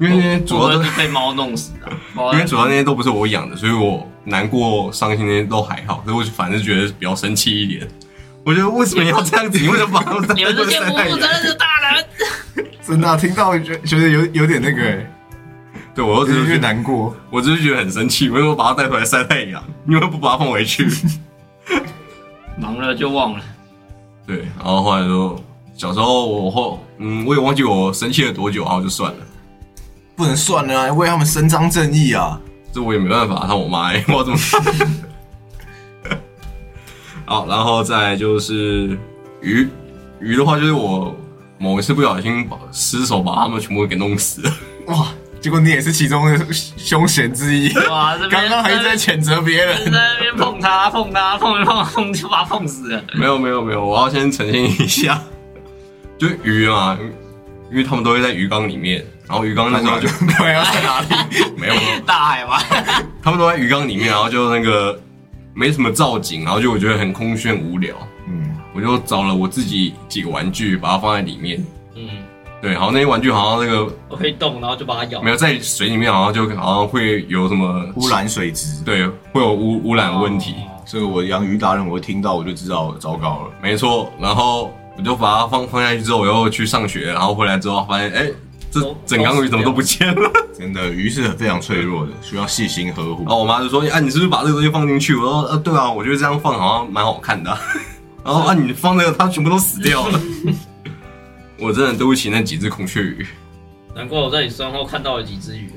因为那些主要
我
都
会被猫弄死啊的。猫
因为主要那些都不是我养的，所以我难过伤心那些都还好，所以我反正觉得比较生气一点。我觉得为什么要这 样子？你为什么把他们
你们这些
晒
不
太
负责
阳？
任 的大人，
真的啊、听到觉觉得有有点那个哎，
对我
有
只
点
是
越
觉得，
难过。
我只是觉得很生气，为什么把它带回来晒太阳？你们不把它放回 去？
忙了就忘了。
对，然后后来就小时候我后嗯，我也忘记我生气了多久，然后就算了。
不能算了、啊，为他们伸张正义啊！
这我也没办法，他我妈、 欸，我怎么办？好，然后再来就是鱼，鱼的话就是我某一次不小心把失手把它们全部给弄死了。
哇，结果你也是其中的凶险之一，
哇，这边
刚刚还一直在谴责别
在
人。
那边碰它，碰它，碰一碰碰就把它碰死了。
没有没有没有，我要先澄清一下， 就鱼嘛，因为他们都会在鱼缸里面，然后鱼缸那时候就
对啊，在哪里？
没有没有，
大海嘛，
他们都在鱼缸里面，然后就那个没什么造景，然后就我觉得很空虚很无聊，
嗯，
我就找了我自己几个玩具，把它放在里面。
嗯，
对，然后那些玩具好像那个
我可以动，然后就把它咬
没。有在水里面，好像就好像会有什么
污，染水质。
对，会有污污染问题，
哦
这个我养鱼达人，我听到我就知道糟糕了。
没错。然后我就把它放放下去之后，我又去上学，然后回来之后发现，哎，这
都
整缸鱼怎么都不见了。
真的，鱼是非常脆弱的，需要细心呵护。
然后我妈就说，哎，你是不是把这个东西放进去？我说，呃，对啊，我觉得这样放好像蛮好看的啊。然后啊，你放那个，它全部都死掉了。 我真的对不起那几只孔雀鱼，
难怪我在你身后看到了几只鱼。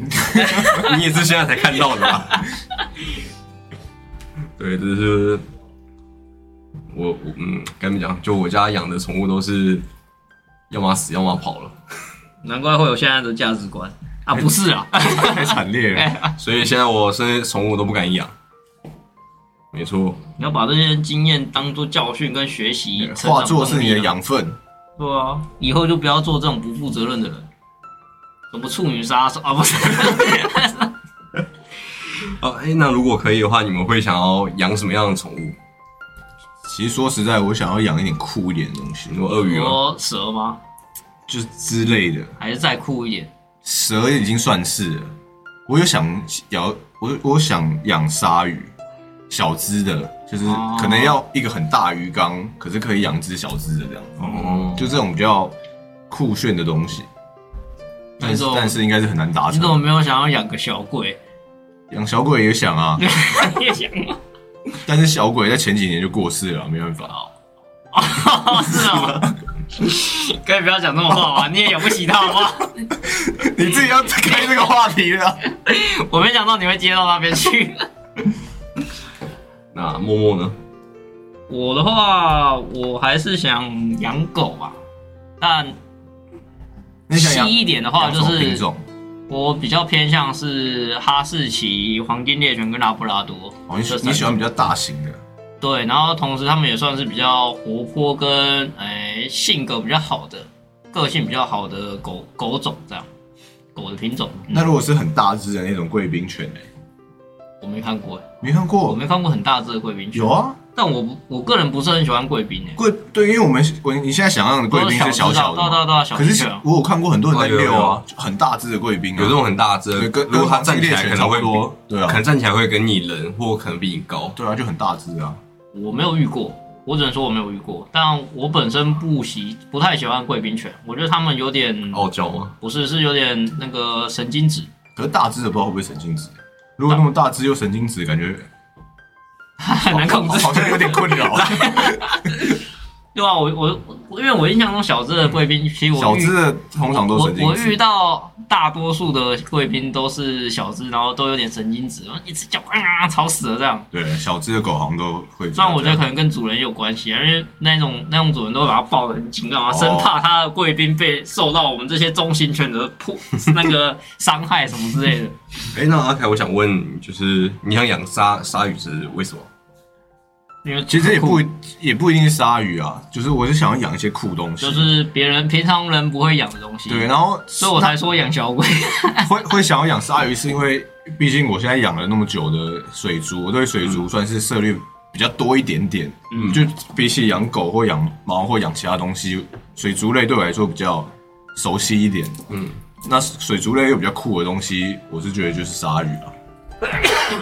你也是现在才看到的吧？ 对，这是我我嗯，该怎么讲？就我家养的宠物都是要么死，要么跑了，
难怪会有现在的价值观啊！不是啊，
太惨烈 了。
所以现在我甚至宠物都不敢养。没错，
你要把这些经验当做教训跟学习，成长
化作是你的
动力啊。
养分，
对啊，以后就不要做这种不负责任的人，什么处女杀手 啊，不是？
哦，哎，那如果可以的话，你们会想要养什么样的宠物？
其实说实在，我想要养一点酷一点的东西
你，说鳄鱼
哦
吗？
说蛇吗？
就是之类的。
还是再酷一点？
蛇已经算是了，我有想要我我想养鲨鱼，小只的，就是
哦
可能要一个很大鱼缸，可是可以养只小只的这样，
哦，
就这种比较酷炫的东西。但是
那种
但是应该是很难达
你怎么
成。
没有想要养个小鬼？
养小鬼也想啊，
你 也想吗？
但是小鬼在前几年就过世了啊，没办法。
哦，是哦。 可以不要讲这种话吗？你也养不起他好不好？
你自己要开这个话题了。
我没想到你会接到那边去。
那默默呢？
我的话，我还是想养狗吧，但
你想养
细一点的话，
养什
就
么品
是
种？
我比较偏向是哈士奇、黄金猎犬跟拉布拉多。
哦，你喜
这三
你喜欢
种
比较大型的，
对，然后同时他们也算是比较活泼跟诶、哎性格比较好的、个性比较好的狗狗种这样，狗的品种。嗯
那如果是很大只的那种贵宾犬呢？
我没看过，
没看
我
过？
没看过很大只的贵宾犬
有，啊，
但我不我个人不是很喜欢贵宾诶。欸
贵对，因为我们我你现在想象的贵宾是小小
对对
的嘛，
对，小
可
型
是
犬啊。
我有看过很多人在
哦有有
遛啊
有，
就很大只的贵宾啊，
有这种很大只
对
的，
跟
如果它
跟
站起
黄金猎
来
犬
可能会
差不多
比
对啊
可能站起来会跟你人，或可能比你高。
对啊，就很大只啊。
我没有遇过，我只能说我没有遇过。但我本身不喜不太喜欢贵宾犬，我觉得他们有点
哦
傲娇吗？
不是是有点那个神经质，
可是大只的不知道会不会神经质，如果那么大只又神经质，感觉
很难控制，
哦好像有点困 扰。
对吧、我我我因为我印象中小只的贵宾，其实我
小
遇
只的通常都
我
神
我
经
遇
质，
到大多数的贵宾都是小只，然后都有点神经质，然后一只脚啊吵死了这样。
对，小只的狗好像都会比较这样。
虽然我觉得可能跟主人也有关系啊，因为那种那种主人都会把它抱得很紧，
哦
干嘛？生怕他的贵宾被受到我们这些中型犬的破那个伤害什么之类的。
哎、那阿凯，我想问，就是你想养鲨鲨鱼是为什么？
因为
其实也不也不一定是鲨鱼啊，就是我是想要养一些酷东西，
就是别人平常人不会养的东西，
对，，然后
所以我才说养 小鬼。
那会会想要养鲨鱼，是因为毕竟我现在养了那么久的水族，我对水族算是涉猎比较多一点点，
嗯
就比起养狗或养猫或养其他东西，水族类对我来说比较熟悉一点，
嗯，
那水族类又比较酷的东西，我是觉得就是鲨鱼啊。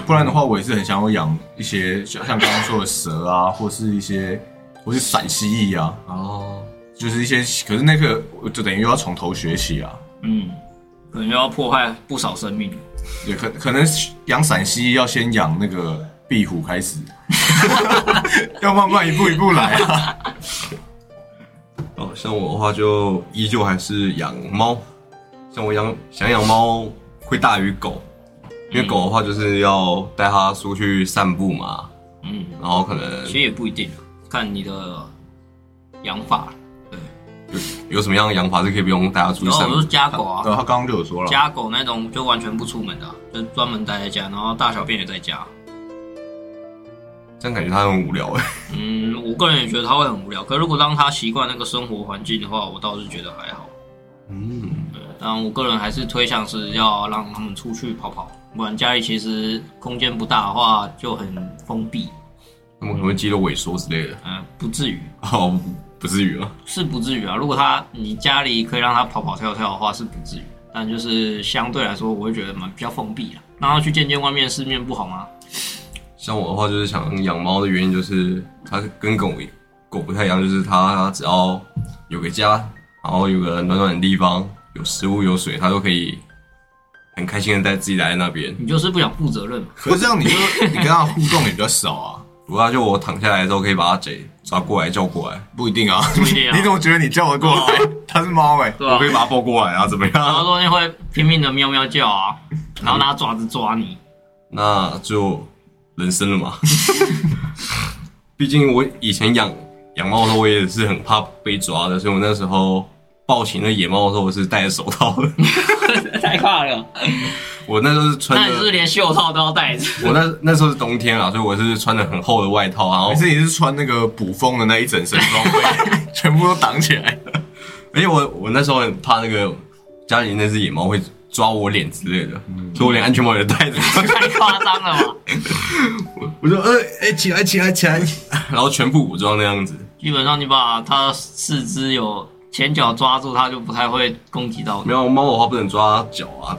不然的话，我也是很想要养一些像像刚刚说的蛇啊，或是一些或是闪蜥蜴啊，
哦，
就是一些，可是那个我就等于又要从头学起啊。
嗯，可能又要破坏不少生命。
也可可能养陕西要先养那个壁虎开始， 要慢慢一步一步来啊。
哦，像我的话就依旧还是养猫，像我养想养猫会大于狗，因为狗的话就是要带它出去散步嘛，
嗯，
然后可能
其实也不一定，啊看你的养法。
有什么样的养法是可以不用带它出去
然后
散
我
步
说。家狗 啊，
对，他刚刚就有说了，
家狗那种就完全不出门的啊、就专门待在家，然后大小便也在家。
这样感觉它很无聊哎、
嗯，我个人也觉得它会很无聊。可如果让它习惯那个生活环境的话，我倒是觉得还好。
嗯，
对，但我个人还是推向是要让他们出去跑跑，不然家里其实空间不大的话就很封闭。
那么可能会肌肉萎缩之类的。
嗯，不至于，
哦，不至于啊。
是不至于啊。如果他你家里可以让他跑跑跳跳的话，是不至于。但就是相对来说，我会觉得蛮比较封闭啊。让他去见见外面世面不好吗？
像我的话，就是想养猫的原因就是它跟狗狗不太一样，就是它只要有个家，然后有个暖暖的地方，有食物有水，它都可以很开心的带自己待在那边。
你就是不想负责任嘛。
可是这样 你就你跟他互动也比较少啊，
不过它就我躺下来之后可以把它贼抓过来叫过来，
不一定啊。
不一定 啊
你怎么觉得你叫得过来？它是猫哎，
对啊
我可以把它抱过来啊，怎么
然后
样？
中间会拼命的喵喵叫啊，然后拿爪子抓你。
那就人生了嘛。毕竟我以前养养猫的时候，我也是很怕被抓的，所以我那时候抱起那野猫的时候，我是戴着手套的。
太怕了，
我那时候是穿
那
着
你是不是连袖套都要戴着？
我那那时候是冬天啊，所以我是穿着很厚的外套，然后
还是你是穿那个捕风的那一整身 装备，全部都挡起来？
而且我我那时候很怕那个家里那只野猫会抓我脸之类的，所以我连安全帽也戴着。
太夸张了吧？
我说，呃，哎、起来，起来，起来， 然后全副武装那样子，
基本上你把它四肢有前脚抓住，它就不太会攻击到你
没。有猫的话不能抓脚啊，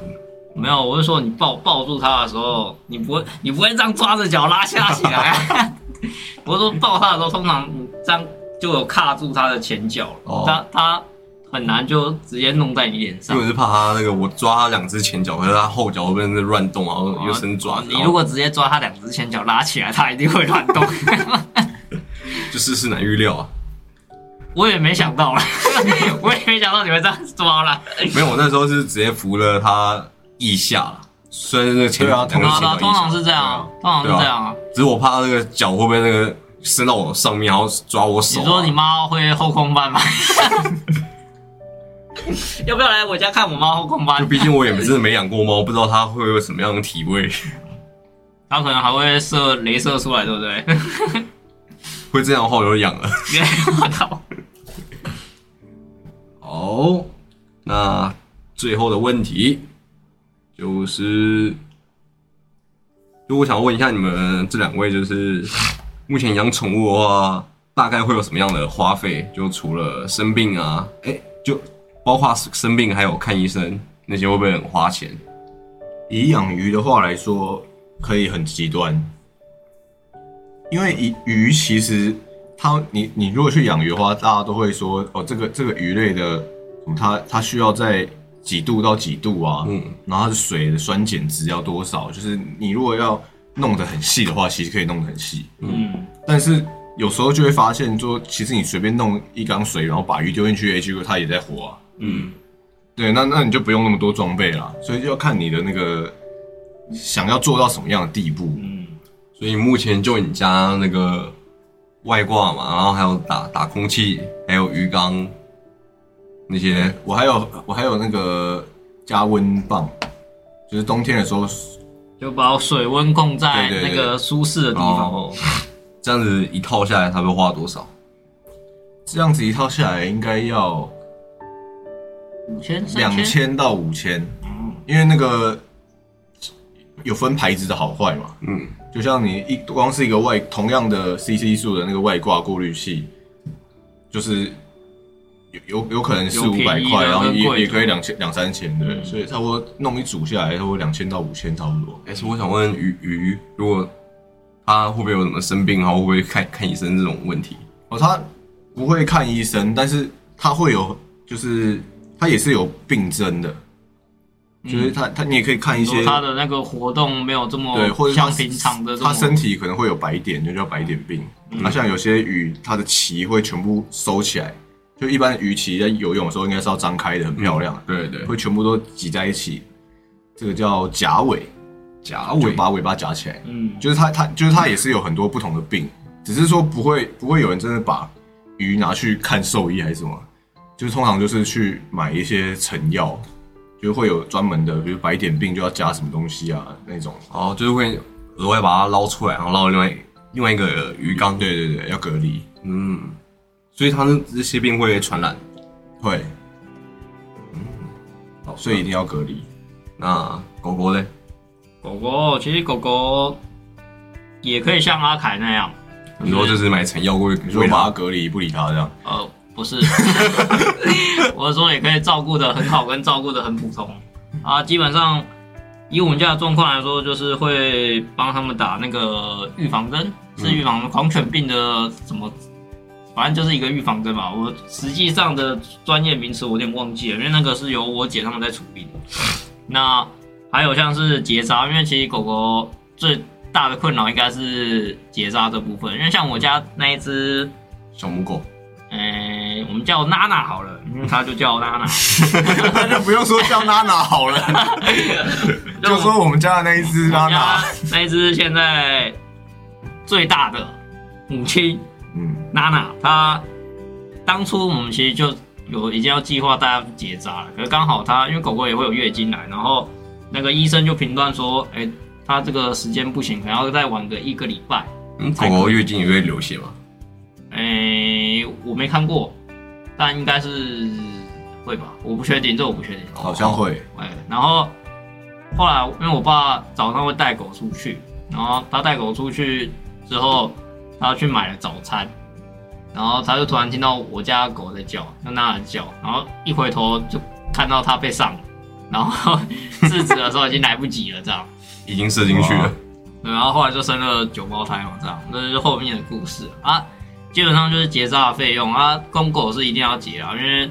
没有，我是说你抱抱住它的时候，你不会你不会这样抓着脚拉下起来。我是说抱它的时候，通常你这样就有卡住它的前脚了，
哦
它它很难就直接弄在你脸
因
上
为。我是怕他那个，我抓他两只前脚，可是他后脚会被那乱动，然后又伸抓。
哦啊你如果直接抓它两只前脚拉起来，它一定会乱动。
然后就世事难预料啊，
我也没想到啦，我也没想到你会这样抓啦。
没有，我那时候是直接扶了他腋下了，虽然那个前
对啊
两个
通
对
常
啊，
前脚腋
对啊通常
下，
是这样，通常是这样啊。
只是我怕那个脚会不会那个伸到我上面，然后抓我手啊、
你说你妈会后空翻 吗？要不要来我家看我妈后空
就
翻？
毕竟我也真的没养过猫，不知道它会有什么样的体味，
她可能还会射镭射出来，对不 对？
会这样的话我就养了。
我靠！
哦，那最后的问题就是，就我想问一下你们这两位，就是目前养宠物的话，大概会有什么样的花费？就除了生病啊，哎、就包括生病还有看医生那些，会不会很花钱？
以养鱼的话来说，可以很极端，因为以鱼其实它你你如果去养鱼的话，大家都会说哦，这个这个鱼类的，嗯它它需要在几度到几度啊，
嗯
然后它的水的酸碱值要多少，就是你如果要弄得很细的话，其实可以弄得很细，
嗯，
但是有时候就会发现说，其实你随便弄一缸水，然后把鱼丢进去，诶结果它也在活啊，
嗯，
对，那那你就不用那么多装备啦，所以就要看你的那个想要做到什么样的地步。
嗯
所以目前就你家那个外挂嘛，然后还有打打空气，还有鱼缸那些，
我还有我还有那个加温棒，就是冬天的时候，
就把水温控在
对对
那
对哦
个舒适的地
然
方。
后这样子一套下来，他会花多少？
这样子一套下来应该要
五千、三
两
千，
千到五千，因为那个有分牌子的好坏嘛。
嗯，
就像你一光是一个外同样的 CC 数的那个外挂过滤器，就是有有有可能四
有
五百
便宜的
块，然后
跟贵的
也也可以两千两三千对，
嗯
所以差不多弄一组下来，差不多两千到五千差不多。
哎、所以我想问鱼鱼，如果它会不会有什么生病，然后会不会看看医生这种问题？
哦，他不会看医生，但是他会有，就是他也是有病症的，就是他他你也可以看一些
嗯说他的那个活动没有这么
对，或者
哦像
他
平常的这嗯
他
么
身体可能会有白点，就叫白点病。那、像有些鱼，它的鳍会全部收起来，就一般鱼鳍在游泳的时候应该是要张开的，很漂亮，
对
嗯
对，
会全部都挤在一起，这个叫夹尾，
啊
夹
就
尾
把尾巴夹起来。
嗯，
就是它它就是它也是有很多不同的病，只是说不会不会有人真的把鱼拿去看兽医还是什么，就是通常就是去买一些成药，就会有专门的，比如白点病就要加什么东西啊那种。
哦，就是会额外把它捞出来，然后捞另外另外一个鱼缸。，
对对对，要隔离。
嗯，所以它那这些病会传染。
会，嗯所以一定要隔离。
那狗狗嘞？
狗狗，其实狗狗也可以像阿凯那样，
你说就是买成药喂
你说
喂
把它
它，
隔离不理它 这样，
呃，不是， 我是说也可以照顾的很好，跟照顾的很普通啊。基本上以我们家的状况来说，就是会帮他们打那个预防针，是预防狂犬病的什么，反正就是一个预防针吧。我实际上的专业名词我有点忘记了，因为那个是由我姐他们在处理的。那还有像是结扎，因为其实狗狗最大的困扰应该是结扎这部分，因为像我家那一只
小母狗。
诶，我们叫娜娜好了，
嗯
因为她就叫娜娜。
那就不用说叫娜娜好 了，就说我们家的那一只
我
娜
们家
娜。
那一只现在最大的母亲
嗯，
娜娜，她当初我们其实就有已经要计划带她去结扎了，可是刚好她因为狗狗也会有月经来，然后那个医生就评断说，诶，她这个时间不行，可能要再晚个一个礼拜。
嗯，狗狗月经也会流血嘛？
诶，我没看过，但应该是会吧，我不确定，这我不确定。
好像
哦
会。
哎，然后后来因为我爸早上会带狗出去，然后他带狗出去之后，他去买了早餐，然后他就突然听到我家狗在叫，就那叫，然后一回头就看到它被上了，然后 制止的时候已经来不及了，这样。
已经射进去了。
对，然后后来就生了九胞胎嘛，这样，那就是后面的故事啊。基本上就是结扎的费用啊，公狗是一定要结啊，因为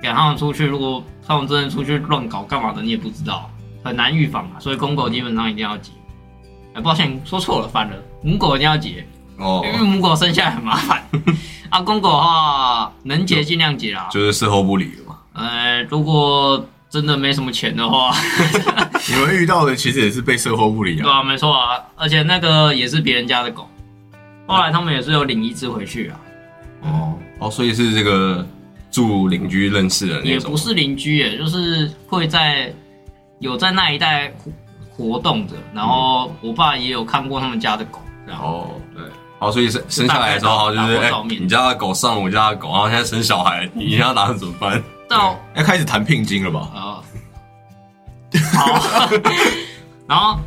给他们出去，如果他们真的出去乱搞干嘛的，你也不知道，很难预防啊。所以公狗基本上一定要结。哎、抱歉，说错了，反了，母狗一定要结，
哦
因，为母狗生下来很麻烦。啊，公狗的话能结尽量结啊。
就是事后不理了嘛。
呃，如果真的没什么钱的话，
你们遇到的其实也是被售后不理
对
啊。
啊，没错啊，而且那个也是别人家的狗，后来他们也是有领一只回去啊，
哦，
哦，所以是这个住邻居认识的那
也
种，
不是邻居耶，就是会在有在那一带活活动的，然后
嗯
我爸也有看过他们家的狗，然后
哦，对。好，所以生生下来的时候，好像就是
打
哎、
过照面
你家的狗上我家的狗，然后现在生小孩，你家打算怎么办？
到
要开始谈聘金了吧？
呃， 好，然后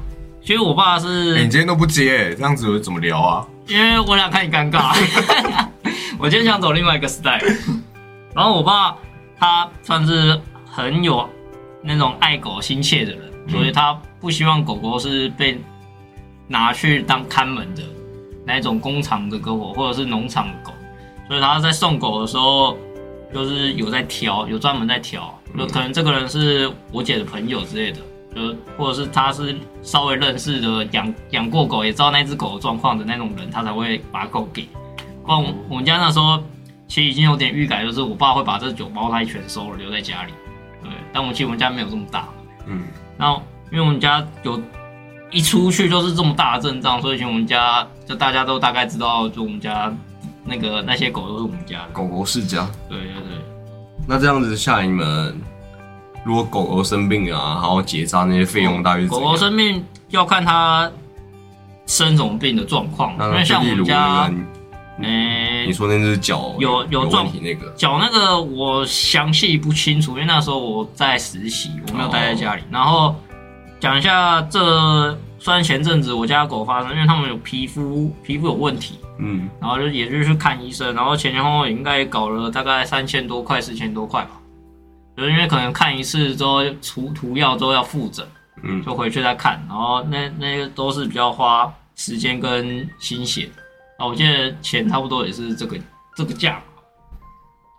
其实我爸
哎、
是
你今天都不接、这样子怎么聊啊？
因为我俩看你尴尬，我今天想走另外一个 style。然后我爸他算是很有那种爱狗心切的人，所以他不希望狗狗是被拿去当看门的那一种工厂的狗狗或者是农场的狗，所以他在送狗的时候就是有在挑，有专门在挑，就可能这个人是我姐的朋友之类的。就或者是他是稍微认识的养养过狗，也知道那只狗的状况的那种人，他才会把狗给。不然我我们家那时候其实已经有点预感，就是我爸会把这九胞胎全收了，留在家里。对，但我其实我们家没有这么大。
嗯，
那因为我们家有一出去就是这么大的阵仗，所以以前我们家就大家都大概知道，就我们家那个那些狗都是我们家的。
狗狗世家。
对对对，
那这样子下你们，如果狗狗生病啊，然后结扎那些费用大约是怎
狗
样
狗生病要看它生什么病的状况，
那
因为像
就例
我们
如
家
那个，你
诶、
你说那只脚
有有
有
撞
问题那个，
脚那个我详细不清楚，因为那时候我在实习，我没有待在家
哦
里。然后讲一下这，虽然前阵子我家狗发生，因为他们有皮肤皮肤有问题，
嗯，
然后就也就是去看医生，然后前前后后应该也搞了大概三千多块、四千多块吧。就是因为可能看一次之后除涂药之后要复诊，
嗯
就回去再看，然后那那个都是比较花时间跟心血的。啊，我记得钱差不多也是这个这个价嘛。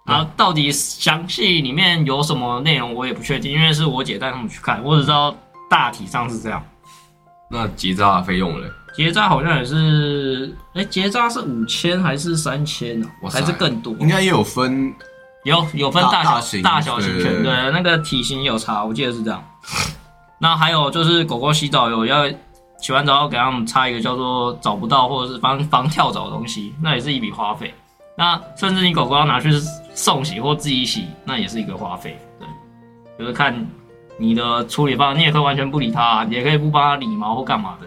然后到底详细里面有什么内容，我也不确定，因为是我姐带他们去看，我只知道大体上是这样。
那结扎的费用嘞？
结扎好像也是，哎、结扎是五千还是三千呢？
哇塞
还是更多？
应该也有分
有有分
大
大小
大型
小
对
型
对对
犬，对那个体型有差，我记得是这样。那还有就是狗狗洗澡有要洗完澡要给它们擦一个叫做找不到或者是防防跳蚤的东西，那也是一笔花费。那甚至你狗狗要拿去送洗或自己洗，那也是一个花费。对，就是看你的处理方式，你也可以完全不理它，你也可以不帮它理毛或干嘛的。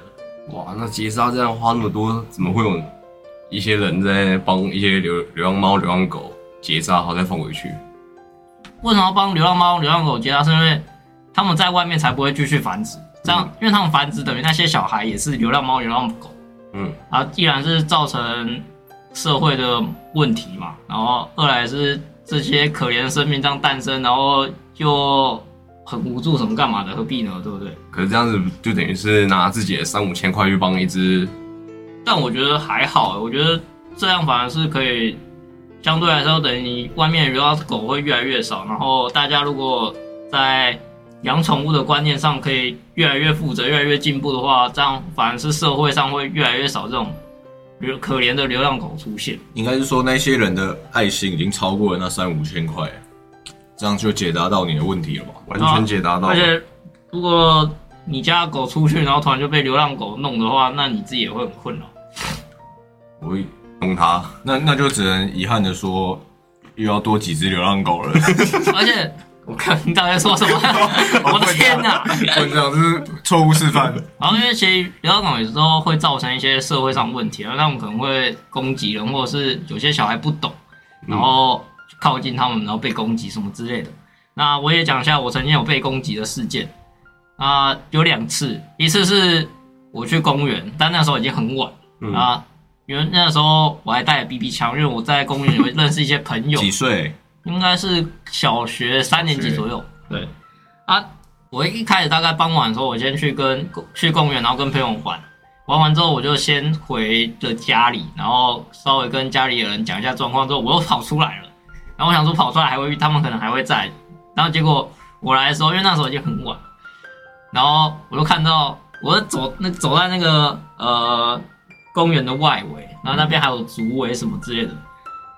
哇，那结扎这样花那么多，怎么会有一些人在帮一些流流浪猫、流浪狗结扎，然后再放回去？
为什么要帮流浪猫、流浪狗结扎？是因为他们在外面才不会继续繁殖，这样，因为他们繁殖等于那些小孩也是流浪猫、流浪狗，
嗯，
然后既然是造成社会的问题嘛，然后二来是这些可怜的生命这样诞生，然后又很无助，什么干嘛的，何必呢？对不对？
可是这样子就等于是拿自己的三五千块去帮一只，
但我觉得还好，欸我觉得这样反而是可以，相对来说等于你外面流浪狗会越来越少，然后大家如果在养宠物的观念上可以越来越负责、越来越进步的话，这样反而是社会上会越来越少这种流可怜的流浪狗出现。
应该是说那些人的爱心已经超过了那三五千块，这样就解答到你的问题了吧？
完全解答到
啊而。且如果你家的狗出去，然后突然就被流浪狗弄的话，那你自己也会很困扰。
我会弄它，
那那就只能遗憾的说，又要多几只流浪狗了。
而且我看你到底在说什么？我的天哪！
村长这是错误示范。
然后因为其实流浪狗有时候会造成一些社会上问题，然后他们可能会攻击人，或者是有些小孩不懂，然后靠近他们，然后被攻击什么之类的。那我也讲一下我曾经有被攻击的事件，啊、有两次，一次是我去公园，但那时候已经很晚
嗯
啊，因为那时候我还带了 BB 枪，因为我在公园有 认识一些朋友，
几岁？
应该是小学三年级左右。对，啊，我一开始大概傍晚的时候，我先去跟去公园，然后跟朋友玩，玩完之后我就先回的家里，然后稍微跟家里的人讲一下状况之后，我又跑出来了。然后我想说跑出来还会遇，他们可能还会在。然后结果我来的时候，因为那时候已经很晚，然后我就看到我走那走在那个呃公园的外围，然后那边还有竹围什么之类的。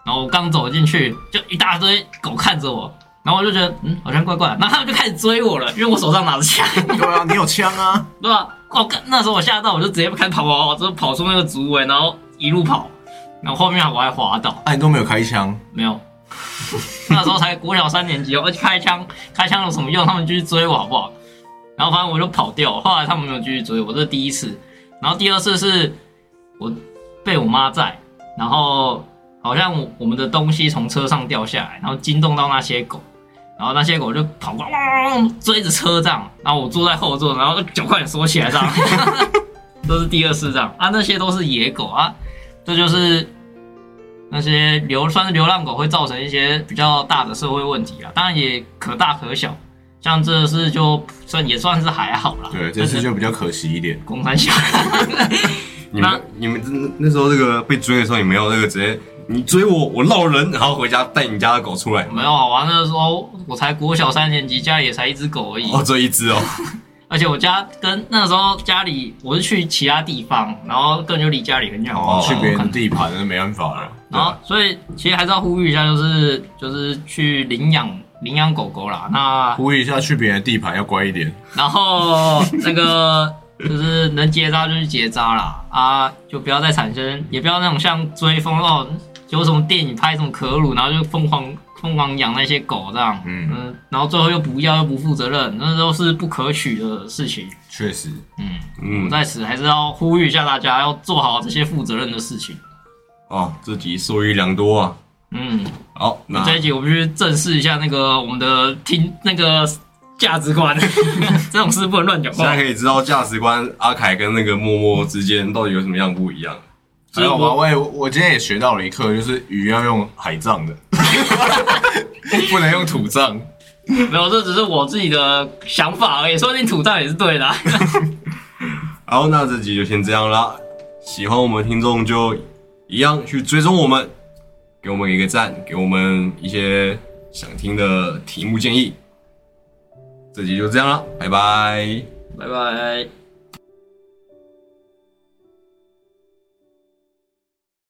然后我刚走进去，就一大堆狗看着我，然后我就觉得嗯好像怪怪的，然后他们就开始追我了，因为我手上拿着枪，
对啊，你有枪啊，
对吧？ 我看那时候我吓到，我就直接开始跑跑跑，就跑出那个竹围，然后一路跑，然后后面我还滑 倒。
啊，你都没有开枪，
没有， 那时候才国小三年级哦，而且开枪，开枪有什么用？他们继续追我好不好？然后反正我就跑掉，后来他们没有继续追我，这是第一次。然后第二次是我被我妈在，然后好像我我们的东西从车上掉下来，然后惊动到那些狗，然后那些狗就跑过来，嗯追着车这样，然后我坐在后座，然后脚快点缩起来这样， 这是第二次这样啊，那些都是野狗啊，这就是那些流算是流浪狗会造成一些比较大的社会问题啊，当然也可大可小，像这次就算也算是还好啦，
对，这次
是
就比较可惜一点。
公山小。
你们你们那那时候这个被追的时候，你没有那个直接你追我，我闹人，然后回家带你家的狗出来。
没有啊，我那时候我才国小三年级，家里也才一只狗而已。
哦，这一只哦，
而且我家跟那时候家里，我是去其他地方，然后根本就离家里很远，
哦，去别人
可
的
能
地盘那没办法了。对
然后
啊，
所以其实还是要呼吁一下，就是就是去领养领养狗狗啦。那
呼吁一下，去别人的地盘要乖一点。
然后那个就是能结扎就去结扎啦，啊，就不要再产生，也不要那种像追风哦，有什么电影拍什么可鲁，然后就疯狂疯狂养那些狗这样，
嗯
嗯然后最后又不要又不负责任，那都是不可取的事情。
确实，
嗯，我
嗯，
在此还是要呼吁一下大家，要做好这些负责任的事情。
哦，这集受益良多啊。
嗯，
好，那
这一集我们去正视一下那个我们的听那个价值观， 这种事不能乱讲
现
话
在。可以知道价值观阿凯跟那个默默之间到底有什么样不一样。
还有吧，我也我今天也学到了一课，就是鱼要用海葬的， 不能用土葬。
没有，这只是我自己的想法而已，说不定土葬也是对的啊、
好，那这集就先这样啦。喜欢我们的听众就一样去追踪我们，给我们一个赞，给我们一些想听的题目建议。这集就这样啦，拜拜。
拜拜。